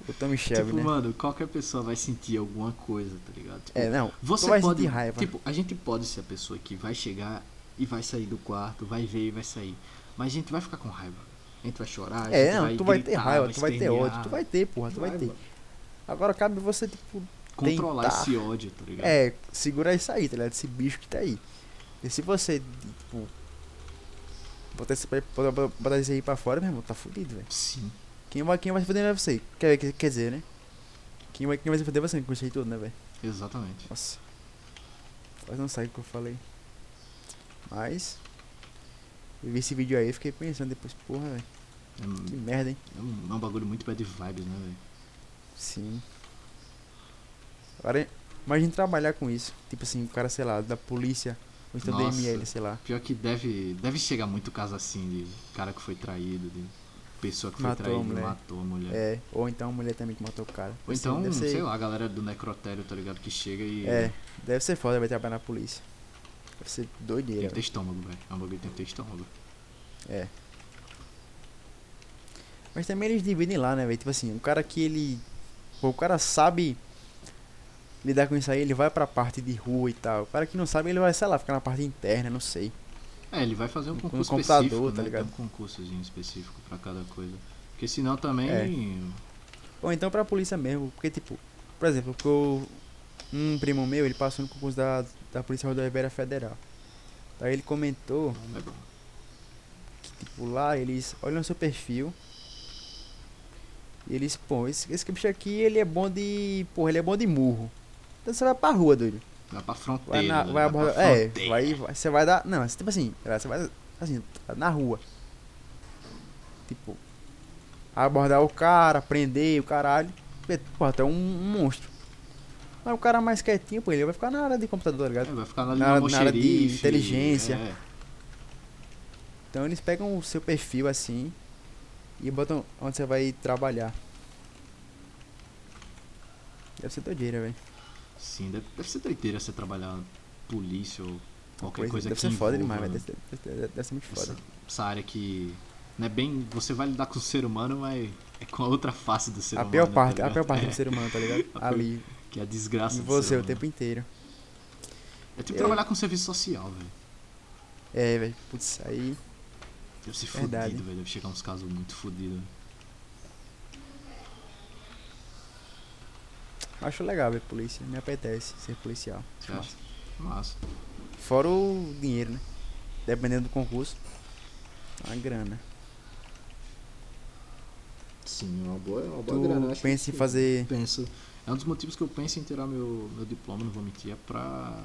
o Tommy Shelby, tipo, né? mano, qualquer pessoa vai sentir alguma coisa, tá ligado? Tipo, É, não. você tu vai pode. sentir raiva. Tipo, a gente pode ser a pessoa que vai chegar e vai sair do quarto, vai ver e vai sair. Mas a gente vai ficar com raiva. A gente vai chorar, a é, gente não, vai tu vai ter gritar, raiva, vai tu vai ter espernear. ódio, tu vai ter, porra, tu vai ter. Agora cabe você, tipo, Controlar tentar. esse ódio, tá ligado? é, segurar isso aí, tá ligado? Esse bicho que tá aí. E se você, tipo, botar esse, botar, botar esse aí pra fora, meu irmão, tá fudido, velho. Sim. Quem vai, quem vai se fuder não é você. Quer, quer, quer dizer, né? Quem vai, quem vai se fuder é você, com isso aí tudo, né, velho? Exatamente. Nossa. Quase não sai o que eu falei. Mas. Eu vi esse vídeo aí e fiquei pensando depois, porra, velho. É, Que um- merda, hein? é um, é um bagulho muito bad vibes, né, velho? Sim. Agora, imagina trabalhar com isso. Tipo assim, o cara, sei lá, da polícia Ou então Nossa. DML, sei lá. Pior que deve, deve chegar muito caso assim de cara que foi traído, de pessoa que foi Matou a traída mulher. e matou a mulher. É, ou então a mulher também que matou o cara. Ou Assim, então, deve ser- sei lá, a galera do necrotério, tá ligado? Que chega e É, deve ser foda, vai trabalhar na polícia. Deve ser tem doideira. que ter estômago, velho. É um bagulho que tem que ter estômago. É. Mas também eles dividem lá, né, velho? Tipo assim, o cara que ele. Pô, o cara sabe lidar com isso aí, ele vai pra parte de rua e tal. O cara que não sabe, ele vai, sei lá, ficar na parte interna, não sei. É, ele vai fazer um Com concurso computador, específico, tá né? ligado? Tem um concursozinho específico pra cada coisa. Porque senão também. É. Ou então pra polícia mesmo, porque tipo, por exemplo, porque eu- um primo meu, ele passou no concurso da, da Polícia Rodoviária Federal. Aí ele comentou não é bom. que, tipo, lá eles olham seu perfil. E eles, pô, esse, esse bicho aqui, ele é bom de. Porra, ele é bom de murro. Então você vai pra rua, doido. Vai pra Vai, fronteira. na, né? vai pra abordar. É, fronteira. vai, vai- você vai dar. Não, tipo assim, você vai. Assim, na rua. Tipo. Abordar o cara, prender o caralho. Porque, Pô, até um, um monstro. Mas o cara mais quietinho, pô, ele vai ficar na área de computador, tá É, ligado? vai ficar ali na- na, na área de mocherife, inteligência. É, Então eles pegam o seu perfil assim. E botam onde você vai trabalhar. Deve ser doideira, velho. sim, deve, deve ser doideira você trabalhar polícia ou qualquer Pois, coisa deve que ser foda envolva né? demais, velho. Deve, ser- deve ser- deve ser muito essa, foda. essa área que. Não é bem. Você vai lidar com o ser humano, mas é com a outra face do ser A humano. pior tá parte, a ligado? pior parte É, do ser humano, tá ligado? A pior- Ali. Que é a desgraça E do você ser o humano. tempo inteiro. É tipo Eu- trabalhar com serviço social, velho. É, velho. Putz, aí. Deve ser Verdade. fudido, velho. Deve chegar uns casos muito fudidos. Acho legal ver polícia. Me apetece ser policial. Você acha? Massa. Fora o dinheiro, né? Dependendo do concurso. A grana. Sim, é uma boa, é uma Tu pensa em fazer. Penso. É um dos motivos que eu penso em tirar meu, meu diploma, não vou mentir, é pra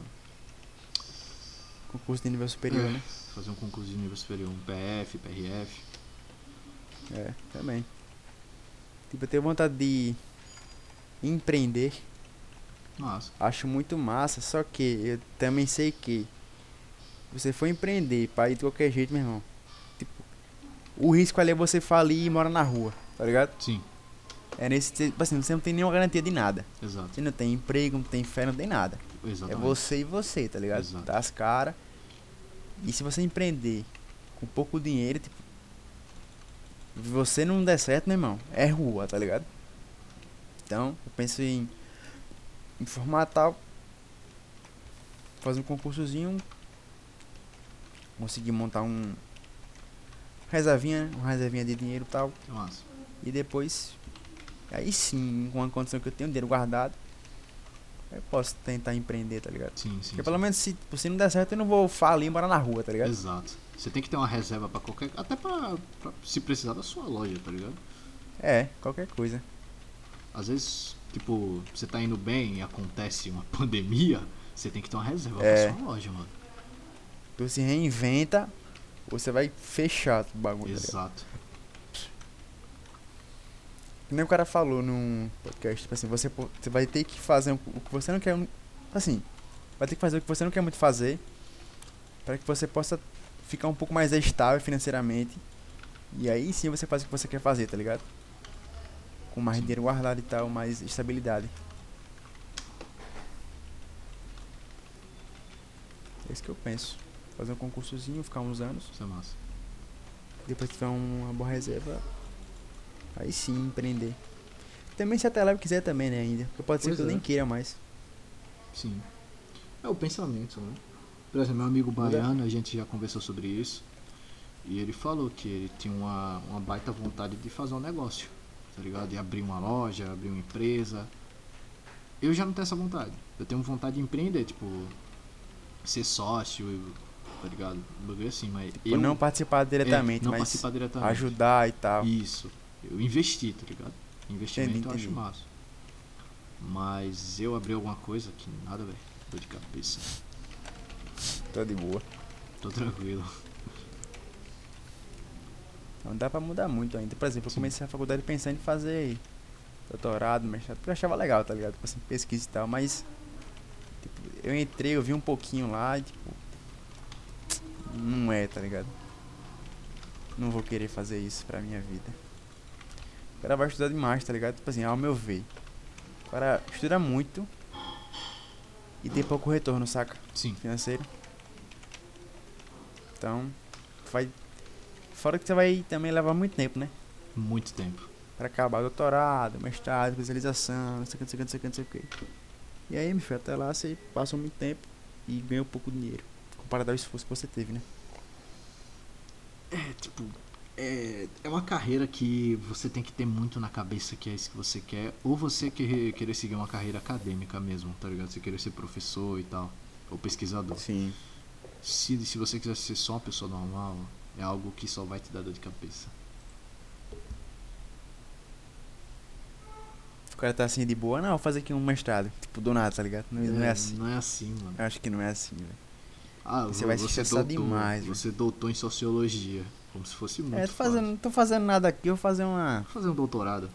Concurso de nível superior, É. né? fazer um concurso de nível superior, um PF, PRF. Hum. É, também. Tipo, eu tenho vontade de empreender. Massa. Acho muito massa, só que eu também sei que você for empreender pra ir de qualquer jeito, meu irmão. Tipo, o risco ali é você falir e morar na rua, tá ligado? Sim, É nesse, tipo assim, você não tem nenhuma garantia de nada. exato. Você não tem emprego, não tem fé, não tem nada. É Exatamente. você e você, tá ligado? Exato. Das caras. E se você empreender com pouco dinheiro, tipo. Você não der certo, meu irmão. É rua, tá ligado? Então, eu penso em. em formatar. Fazer um concursozinho. Conseguir montar um. Reservinha, uma reservinha de dinheiro e tal. Massa. E depois, aí sim, com a condição que eu tenho dinheiro guardado, eu posso tentar empreender, tá ligado? Sim, sim. Porque sim. pelo menos se, tipo, se não der certo, eu não vou falir e morar na rua, tá ligado? Exato. Você tem que ter uma reserva pra qualquer. Até pra, pra se precisar da sua loja, tá ligado? É, qualquer coisa. Às vezes, tipo, você tá indo bem e acontece uma pandemia, você tem que ter uma reserva É. pra sua loja, mano. Tu se reinventa, ou você vai fechar o bagulho, tá ligado? Exato. Que nem o cara falou num podcast, tipo assim, você, po- você vai ter que fazer o que você não quer. Assim, vai ter que fazer o que você não quer muito fazer, para que você possa ficar um pouco mais estável financeiramente. E aí sim você faz o que você quer fazer, tá ligado? Com mais Sim. dinheiro guardado e tal, mais estabilidade. É isso que eu penso. Fazer um concursozinho, ficar uns anos. Isso é massa. Depois que tiver um, uma boa reserva, aí sim empreender. Também se até lá eu quiser também, né, ainda. Porque pode ser Pois que eu é. nem queira mais. Sim. É o pensamento, né? Por exemplo, meu amigo Muda. baiano, a gente já conversou sobre isso. E ele falou que ele tinha uma, uma baita vontade de fazer um negócio, tá ligado? De abrir uma loja, abrir uma empresa. Eu já não tenho essa vontade. Eu tenho vontade de empreender, tipo, ser sócio, tá ligado? Um bagulho assim, mas Tipo, eu não participar é, diretamente, não mas participar diretamente. ajudar e tal. Isso. Eu investi, tá ligado? Investimento Entendi, eu acho entendi. massa. Mas eu abri alguma coisa que nada, velho. Dor de cabeça. Tô de boa. Tô tranquilo. Não Então, dá pra mudar muito ainda. Por exemplo, eu Sim. comecei a faculdade pensando em fazer doutorado, mestrado, porque eu achava legal, tá ligado? Tipo assim, pesquisa e tal, mas tipo, eu entrei, eu vi um pouquinho lá e tipo, Não é, tá ligado? Não vou querer fazer isso pra minha vida. O cara vai estudar demais, tá ligado? Tipo assim, ao meu ver. O cara estuda muito e tem pouco retorno, saca? Sim. Financeiro. Então, vai. Fora que você vai também levar muito tempo, né? Muito tempo. Pra acabar doutorado, mestrado, especialização, não sei o que, não sei o que, não sei o que, não sei o que. E aí, meu filho, até lá você passa muito tempo e ganha um pouco de dinheiro. Comparado ao esforço que você teve, né? É, tipo, é, é uma carreira que você tem que ter muito na cabeça que é isso que você quer, ou você querer, querer seguir uma carreira acadêmica mesmo, tá ligado? Você querer ser professor e tal, ou pesquisador. Sim. Se, se você quiser ser só uma pessoa normal, é algo que só vai te dar dor de cabeça. O cara tá assim de boa, não, faz aqui um mestrado. Tipo, do nada, tá ligado? Não, não é assim. Não é assim, mano. Eu acho que não é assim, velho. Ah, Você vai se estressar doutor, demais, Você doutor em sociologia, como se fosse muito. É, tô foda. fazendo, não tô fazendo nada aqui, eu vou fazer uma Vou fazer um doutorado.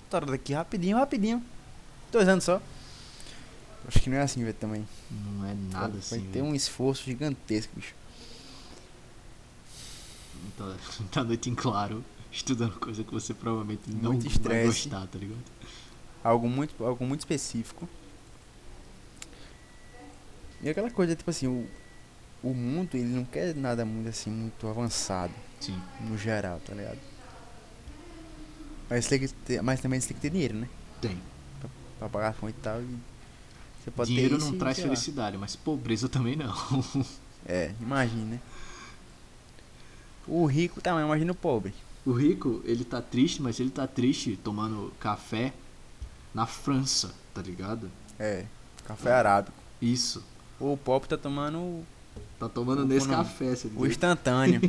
doutorada aqui rapidinho, rapidinho. Dois anos só. Acho que não é assim, velho, também. Não é nada vai assim. ter velho. um esforço gigantesco, bicho. Tá, tá noite em claro, estudando coisa que você provavelmente não Muito vai estresse. gostar, tá ligado? algo muito, algo muito específico. E aquela coisa, tipo assim, o, o mundo, ele não quer nada muito assim, muito avançado, Sim. no geral, tá ligado? Mas, tem que ter, mas também você tem que ter dinheiro, né? Tem. Pra pagar a conta e tal. E você pode ter Dinheiro isso não e, traz sei lá. felicidade, mas pobreza também não. É, imagina, né? O rico também, imagina o pobre. O rico, ele tá triste, mas ele tá triste tomando café na França, tá ligado? É, café arábico. Isso. O pobre tá tomando o- Tá tomando O- nesse quando- café, você o instantâneo.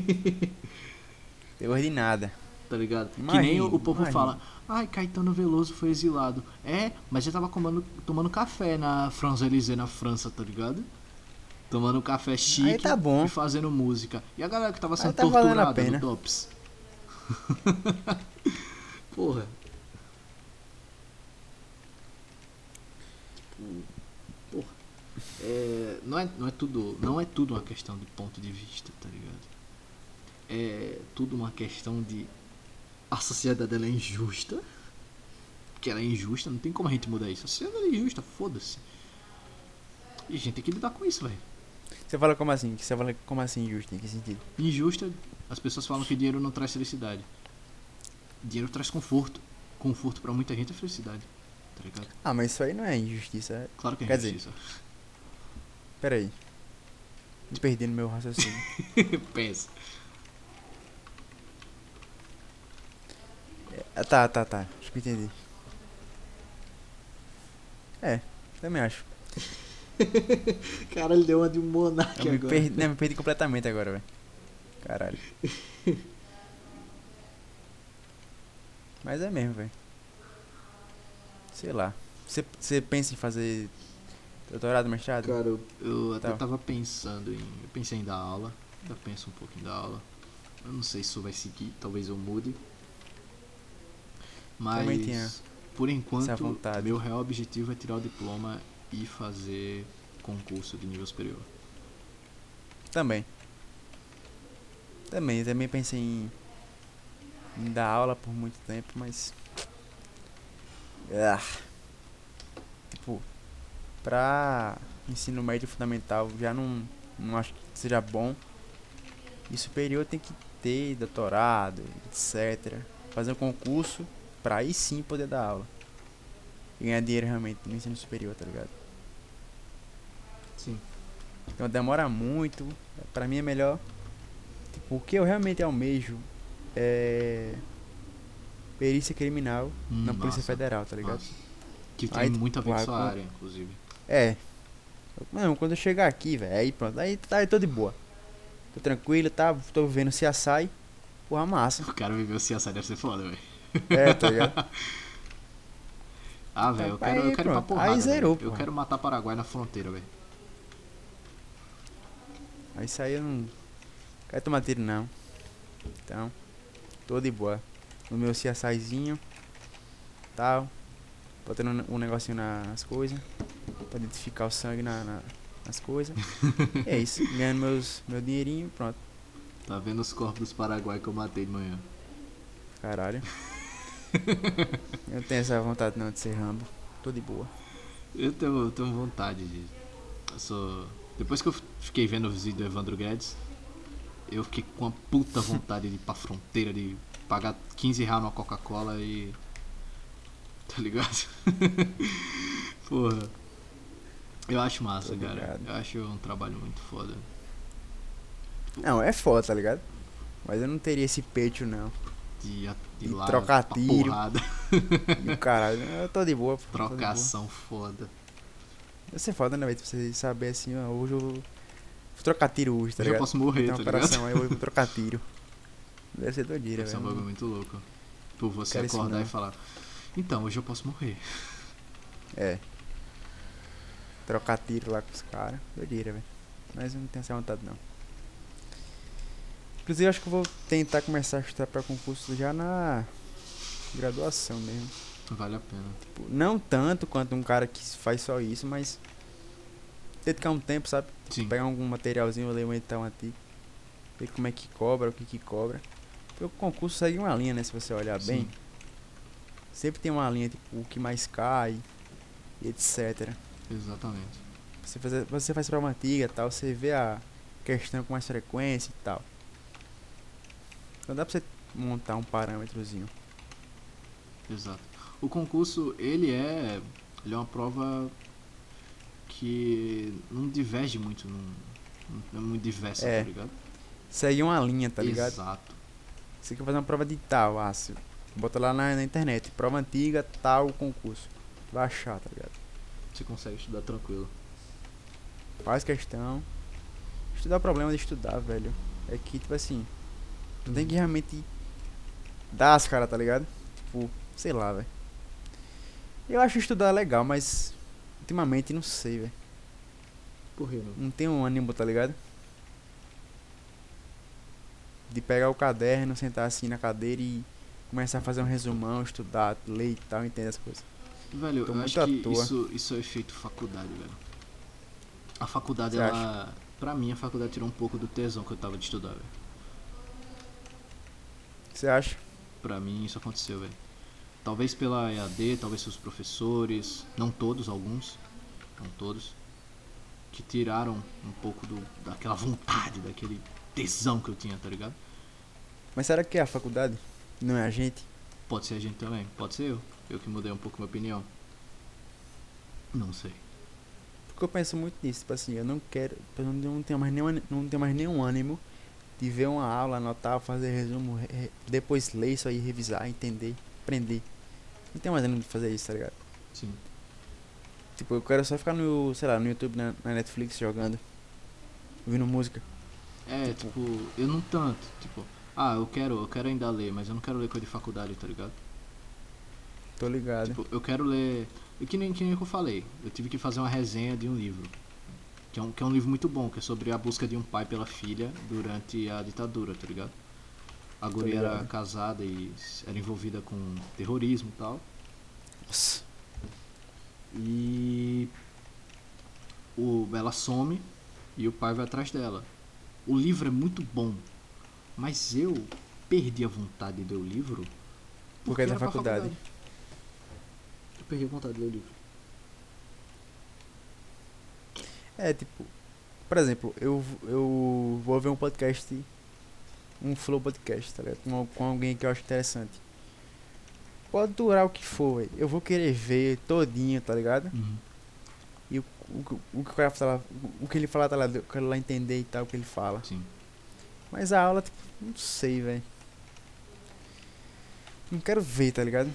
Deus de nada. tá ligado? que Imagina, nem o, o povo imagina. fala, ai, Caetano Veloso foi exilado. É, mas ele tava comando- tomando café na França-Élysée, na França, tá ligado? Tomando café chique Aí tá bom. e fazendo música. E a galera que tava sendo tá valendo a torturada no pena. Tops. Porra. Tipo, Porra. É, não, é, não, é tudo, não é tudo uma questão de ponto de vista, tá ligado? É tudo uma questão de. A sociedade ela é injusta. Porque ela é injusta, não tem como a gente mudar isso. A sociedade é injusta, foda-se. E a gente tem que lidar com isso, velho. Você fala como assim? Você fala como assim, Justin? Em que sentido? Injusta, as pessoas falam que dinheiro não traz felicidade. Dinheiro traz conforto. Conforto pra muita gente é felicidade. Tá ligado? Ah, mas isso aí não é injustiça. é- Claro que é Quer dizer- injustiça. Pera aí. Me perdi no meu raciocínio. Pensa. ah, tá, tá, tá. Acho que eu entendi. É, também acho. Cara, ele deu uma de um Eu monarca me, perdi, né? não, me perdi completamente agora, velho. Caralho. mas é mesmo, velho. Sei lá. Você, você pensa em fazer doutorado, mestrado? Cara, eu, eu até Tá. tava pensando em. Eu pensei em dar aula. Ainda penso um pouco em dar aula. Eu não sei se isso vai seguir, talvez eu mude. Também tinha Mas por essa enquanto, vontade. meu real objetivo é tirar o diploma e fazer concurso de nível superior. Também. Também, também pensei em, em dar aula por muito tempo, mas. Ah, tipo, pra ensino médio fundamental já não, não acho que seja bom. E superior tem que ter doutorado, etc. Fazer um concurso pra aí sim poder dar aula. E ganhar dinheiro realmente no ensino superior, tá ligado? Sim. Então demora muito. Pra mim é melhor. Tipo, o que eu realmente almejo é. Perícia criminal Hum, na Polícia Federal, tá ligado? Que tem Aí, muito a ver com porra, sua quando- área, inclusive. É. Não, quando eu chegar aqui, velho, aí pronto. Aí, tá- aí tô de boa. Tô tranquilo, tá? Tô vendo se açaí. Porra, massa. O cara viveu o CSI, deve ser foda, velho. É, tá ligado? Ah, velho, eu Então, quero, eu aí quero ir pra pronto. porrada. Aí zerou, velho. Eu porra. quero matar Paraguai na fronteira, velho. Aí isso aí eu não. Quero tomar tiro, não. Então, tô de boa. No meu CSIzinho. Tal. Botando um negocinho nas coisas. Pra identificar o sangue na, na, as coisas. E é isso. Ganhando meus, meu dinheirinho, pronto. Tá vendo os corpos dos Paraguai que eu matei de manhã? Caralho. Eu não tenho essa vontade não de ser Rambo. Tô de boa. Eu tenho, eu tenho vontade de. Eu sou... Depois que eu fiquei vendo o vídeo do Evandro Guedes, eu fiquei com uma puta vontade de ir pra fronteira, de pagar 15 reais numa Coca-Cola e. Tá ligado? Porra. Eu acho massa, Tô cara. ligado. Eu acho um trabalho muito foda. Não, é foda, tá ligado? Mas eu não teria esse peito não. De, a- de E lá, trocar pra tiro. porrada. E o um caralho, eu tô de boa, pô. tô de boa. Tá Trocação foda. Deve ser foda, né, velho? Você saber assim, ó, hoje eu vou trocar tiro hoje, tá eu já ligado? posso morrer, Tem uma tá ligado? operação né? aí, hoje eu vou trocar tiro. Deve ser doideira, Deve ser um bagulho velho. muito louco. Por você Quero isso acordar não. e falar: Então, hoje eu posso morrer. É. Trocar tiro lá com os caras. Doideira, velho. Mas eu não tenho essa vontade, não. Inclusive, eu acho que eu vou tentar começar a estudar pra concurso já na graduação mesmo. Vale a pena. Tipo, não tanto quanto um cara que faz só isso, mas dedicar um tempo, sabe? Sim. pegar algum materialzinho, ler um edital antigo, ver como é que cobra, o que que cobra. Porque o concurso segue uma linha, né? Se você olhar bem, sim. sempre tem uma linha, tipo, o que mais cai, e etc. Exatamente. Você faz, você faz prova antiga e tal, você vê a questão com mais frequência e tal. Então dá pra você montar um parâmetrozinho. Exato. O concurso, ele é. Ele é uma prova que não diverge muito. Não, não é muito diversa, É, tá ligado? Segue uma linha, tá ligado? Exato. Você quer fazer uma prova de tal, ah, você bota lá na, na internet, prova antiga, tal, concurso. Vai achar, tá ligado? Você consegue estudar tranquilo. Faz questão. Estudar o problema de estudar, velho. É que, tipo assim, tu tem que realmente dar as caras, tá ligado? Tipo, sei lá, velho. Eu acho estudar legal, mas ultimamente não sei, velho. Porra, não. Não tenho ânimo, tá ligado? De pegar o caderno, sentar assim na cadeira e começar a fazer um resumão, estudar, ler e tal, entender as coisas. Velho, Tô eu muito acho à que toa. isso, isso é efeito faculdade, velho. A faculdade, Você ela. Pra mim, a faculdade tirou um pouco do tesão que eu tava de estudar, velho. O que você acha? Pra mim isso aconteceu, velho. Talvez pela EAD, talvez seus professores, não todos, alguns, não todos, que tiraram um pouco do, daquela vontade, daquele tesão que eu tinha, tá ligado? Mas será que é a faculdade? Não é a gente? Pode ser a gente também, pode ser eu. Eu que mudei um pouco minha opinião. Não sei. Porque eu penso muito nisso, tipo assim, eu não quero, eu não- não tenho mais nenhum, ani- não tenho mais nenhum ânimo de ver uma aula, anotar, fazer resumo, re- re- depois ler isso aí, revisar, entender, aprender. Não tenho mais ânimo de fazer isso, tá ligado? Sim. Tipo, eu quero só ficar no, sei lá, no YouTube, na, na Netflix jogando, ouvindo música. É, tipo, Tipo- eu não tanto, tipo, ah, eu quero, eu quero ainda ler, mas eu não quero ler coisa de faculdade, tá ligado? Tô ligado. Tipo, eu quero ler. e Que nem, que nem que eu falei. Eu tive que fazer uma resenha de um livro. Que é um, que é um livro muito bom, que é sobre a busca de um pai pela filha durante a ditadura, tá ligado? A guria era ligado. casada e s- era envolvida com terrorismo e tal. Nossa. E. O, ela some e o pai vai atrás dela. O livro é muito bom, mas eu perdi a vontade de ler o livro. Por causa da era pra faculdade. Eu perdi a vontade de ler o livro. É, tipo, por exemplo, eu, v- eu vou ver um podcast, um flow podcast, tá ligado? Com, al- com alguém que eu acho interessante. Pode durar o que for, véi. eu vou querer ver todinho, tá ligado? E o, o, que- o que o cara falar, o, o que ele falar, tá lá, eu quero lá entender e tal, o que ele fala. Sim. Mas a aula, tipo, não sei, velho. Não quero ver, tá ligado?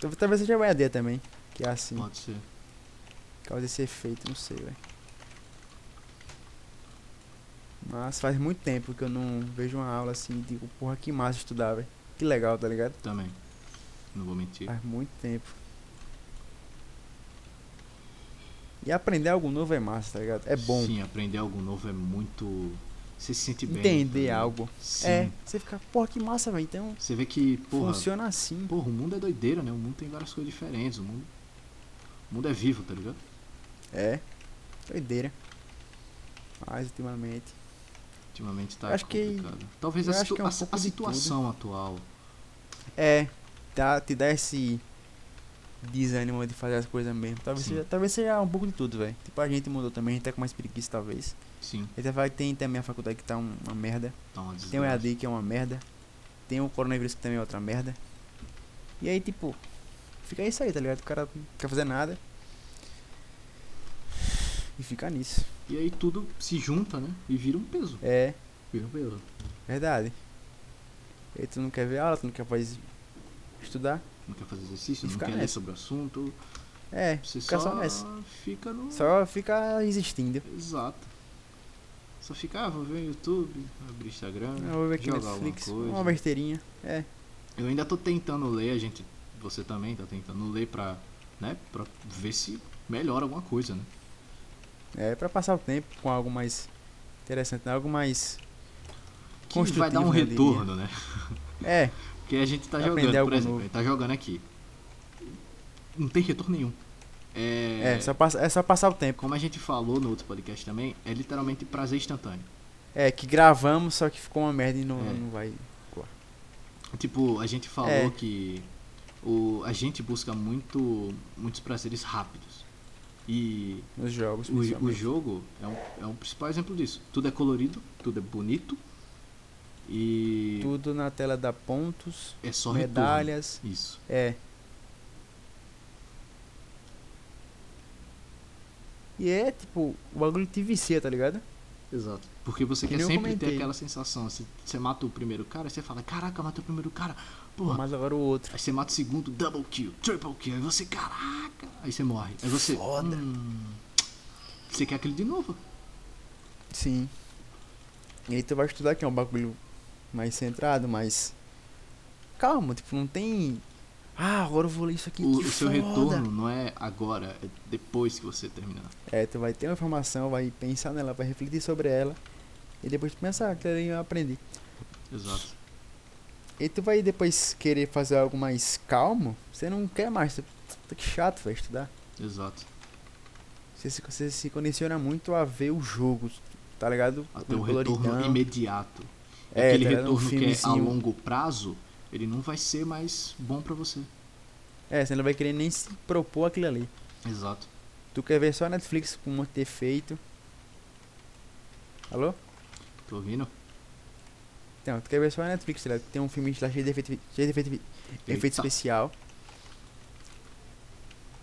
Tal- Talvez seja o EAD também, que é assim, Pode ser. causa esse efeito, não sei, velho. Mas faz muito tempo que eu não vejo uma aula assim e digo, porra, que massa estudar, velho. Que legal, tá ligado? Também. Não vou mentir. Faz muito tempo. E aprender algo novo é massa, tá ligado? É bom Sim, aprender algo novo é muito. Você se sente bem. tá entender ligado? algo. Sim. É, você fica, porra, que massa, velho. Então, Você vê que, porra, funciona assim. porra, o mundo é doideira, né? O mundo tem várias coisas diferentes. O mundo, o mundo é vivo, tá ligado? É. Doideira. Mas ultimamente. Ultimamente tá Acho que- complicado. Talvez eu a, acho situ- que é um a- a pouco de situação atual. É. Dá, te dá esse desânimo de fazer as coisas mesmo. Talvez Sim. seja, talvez seja um pouco de tudo, velho. Tipo, a gente mudou também, a gente tá com mais preguiça, talvez. Sim, Até vai, tem também a faculdade que tá um- uma merda. tá uma Tem o desgraça. EAD que é uma merda. Tem o coronavírus que também é outra merda. E aí, tipo, fica isso aí, tá ligado? O cara não quer fazer nada. E fica nisso. E aí tudo se junta, né? E vira um peso. É, Vira um peso. verdade. E aí tu não quer ver aula, tu não quer fazer estudar. Não quer fazer exercício, E não fica quer ler nessa. sobre o assunto. É, Você Fica só só nessa. fica no. só fica existindo. Exato. Só fica, ah, vou ver o YouTube, abrir Instagram, É, Eu vou ver aqui jogar Netflix, alguma coisa. uma besteirinha. É, Eu ainda tô tentando ler, a gente. Você também tá tentando ler pra. né? Pra ver se melhora alguma coisa, né? é pra passar o tempo com algo mais interessante, né? algo mais. Que vai dar um Construtivo, eu diria. retorno, né? É, Porque a gente tá Aprender jogando, por algo exemplo, novo. a gente tá jogando aqui. Não tem retorno nenhum. É, é, só passa, é só passar o tempo. Como a gente falou no outro podcast também, é literalmente prazer instantâneo. É, que gravamos, só que ficou uma merda e não, É. não vai. Tipo, a gente falou É. que o, a gente busca muito muitos prazeres rápidos. E Nos jogos. o, o principalmente. jogo é um, é um principal exemplo disso. Tudo é colorido, tudo é bonito. E Tudo na tela dá pontos, é só medalha. medalhas. Isso. É. E é tipo, o bagulho te vicia, tá ligado? Exato. Porque você Que quer nem eu sempre ter comentei. aquela sensação. Você, você mata o primeiro cara, você fala, caraca, matei o primeiro cara. Porra. Mas agora o outro. Aí você mata o segundo, double kill, triple kill. Aí você, caraca. Aí você morre. Aí você. Foda. "Hum, você quer aquele de novo? Sim. E aí tu vai estudar que é um bagulho mais centrado, mais. Calma, tipo, não tem. Ah, agora eu vou ler isso aqui. o, que o seu foda. retorno não é agora, é depois que você terminar. É, tu vai ter uma informação, vai pensar nela, vai refletir sobre ela. E depois tu pensa, ah, aquilo ali eu aprendi. Exato. E tu vai depois querer fazer algo mais calmo, você não quer mais. Tu, puta, que chato, vai estudar. Exato. Você se, você se condiciona muito a ver o jogo, tá ligado? Até o Um retorno coloridão. imediato. É, Aquele tá ligado? Um retorno que é a filmezinho. longo prazo, ele não vai ser mais bom pra você. É, você não vai querer nem se propor aquilo ali. Exato. Tu quer ver só a Netflix com um monte de efeito. Alô? Tô ouvindo? Então, tu quer ver só a Netflix, tá ligado? Tem um filme lá cheio de efeito, cheio de efeito, efeito Eita, especial.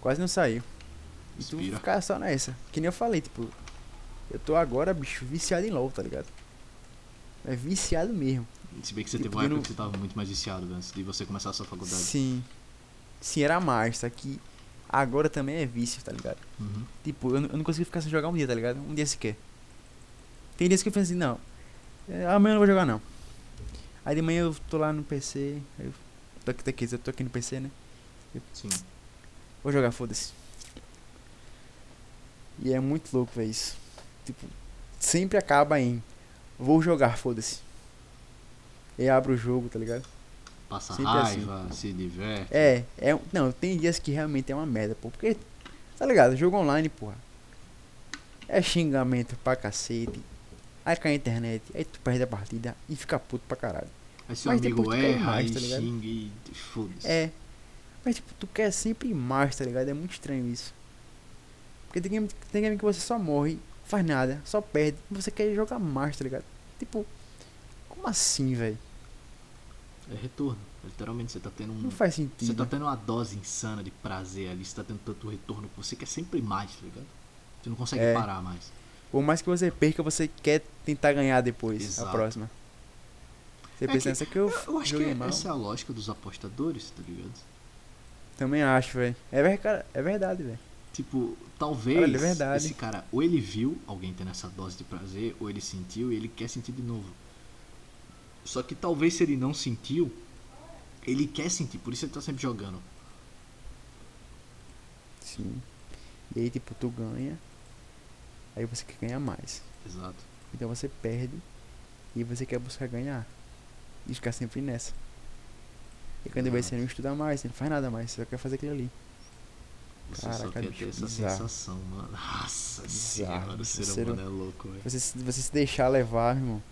Quase não saiu. E tu Respira. ficar só nessa. Que nem eu falei, tipo. Eu tô agora, bicho, viciado em LOL, tá ligado? É viciado mesmo. Se bem que você Tipo, teve uma época não- que você tava muito mais viciado né, antes de você começar a sua faculdade. Sim. Sim, era mais, só que agora também é vício, tá ligado? Uhum. Tipo, eu, não- eu não consegui ficar sem jogar um dia, tá ligado? Um dia sequer. Tem dias que eu penso assim, não. é, Amanhã eu não vou jogar não. Aí de manhã eu tô lá no PC, aí eu tô aqui, tá aqui, eu tô aqui no PC, né? Sim. Vou jogar, foda-se. E é muito louco, velho, isso. Tipo, sempre acaba em. Vou jogar, foda-se. E abre o jogo, tá ligado? Passa Sempre assim. raiva, se diverte. É, é. um- Não, tem dias que realmente é uma merda, pô. Porque. Tá ligado? Jogo online, porra. É xingamento pra cacete. Aí cai a internet, aí tu perde a partida e fica puto pra caralho. Aí seu Mas amigo depois tu quer erra, mais, aí tá ligado? xinga e foda-se. É. Mas tipo, tu quer sempre mais, tá ligado? É muito estranho isso. Porque tem game, tem game que você só morre, faz nada, só perde, e você quer jogar mais, tá ligado? Tipo, como assim, velho? É retorno. Literalmente, você tá tendo um. Não faz Você tá sentido. tendo uma dose insana de prazer ali, você tá tendo tanto retorno que você quer sempre mais, tá ligado? Você não consegue É. parar mais. Por mais que você perca, você quer tentar ganhar depois, Exato. a próxima. Você É pensa que- nessa que eu, Eu, eu acho que joguei é- mal. essa é a lógica dos apostadores, tá ligado? Também acho, velho. É, ver- cara, é verdade, velho. Tipo, talvez Olha, é verdade. esse cara, ou ele viu alguém tendo essa dose de prazer, ou ele sentiu e ele quer sentir de novo. Só que talvez se ele não sentiu, ele quer sentir, por isso ele tá sempre jogando. Sim. E aí, tipo, tu ganha. Aí você quer ganhar mais. Exato. Então você perde e você quer buscar ganhar. E ficar sempre nessa. E quando vê, Exato. você não estuda mais, você não faz nada mais, você só quer fazer aquilo ali. Você só Caraca, quer bicho, ter essa bizarro. sensação, mano. Nossa senhora, o ser, bicho, ser hum humano é louco, velho. Você, se- você se deixar levar, meu irmão,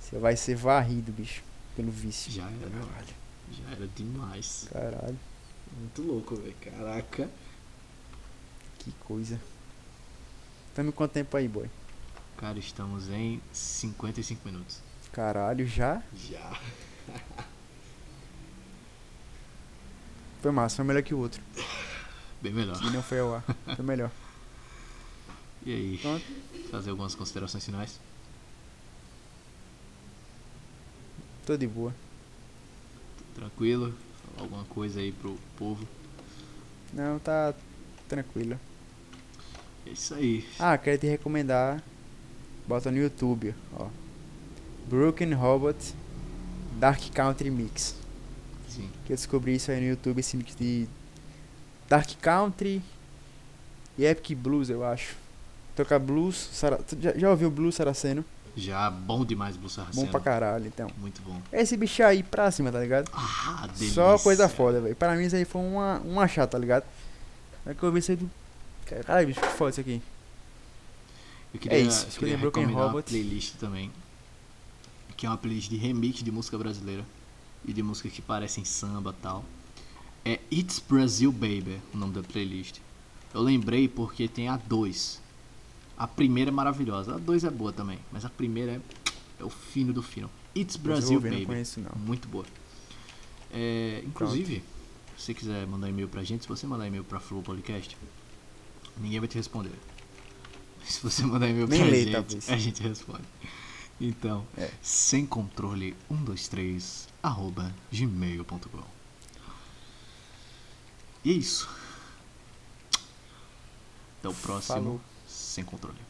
você vai ser varrido, bicho, pelo vício. Já era, velho. Caralho, Já era demais. caralho, Muito louco, velho. Caraca. que coisa. Tamo em quanto tempo aí, boy? Cara, estamos em 55 minutos. Caralho, já? Já. Foi massa, foi melhor que o outro. Bem melhor. Que não foi ao ar. Foi melhor. E aí? Pronto. Fazer algumas considerações finais? Tô de boa. Tranquilo? Falar alguma coisa aí pro povo? Não, tá tranquilo. É isso aí. Ah, quero te recomendar. Bota no YouTube, ó. Broken Robot Dark Country Mix. Sim. Que eu descobri isso aí no YouTube, esse mix de Dark Country e Epic Blues, eu acho. Toca blues, sara... tu já, já ouviu blues saraceno? Já bom demais, Bolsa Bom pra caralho, então. Muito bom. Esse bicho aí pra cima, tá ligado? Ah, delícia. Só coisa foda, velho. Pra mim isso aí foi uma, um achar, tá ligado? Aí que eu vi isso aí do. Caralho, bicho, que foda isso aqui. Eu queria, É isso, eu escolhi queria Broken recomendar uma Robot. playlist também. Que é uma playlist de remix de música brasileira. E de música que parecem samba e tal. É It's Brazil Baby, o nome da playlist. Eu lembrei porque tem a 2. A primeira é maravilhosa. A 2 é boa também, mas a primeira é, é o fino do fino. It's Mas Brazil eu ouvi, não Baby. conheço não. Muito boa. É, inclusive, se você quiser mandar e-mail pra gente, se você mandar e-mail pra Flow Podcast, ninguém vai te responder. Se você mandar e-mail Nem pra lê, gente, talvez. a gente responde. Então, É. sem controle 123 arroba gmail.com. E é isso. Até o próximo Falou. Sem Controle.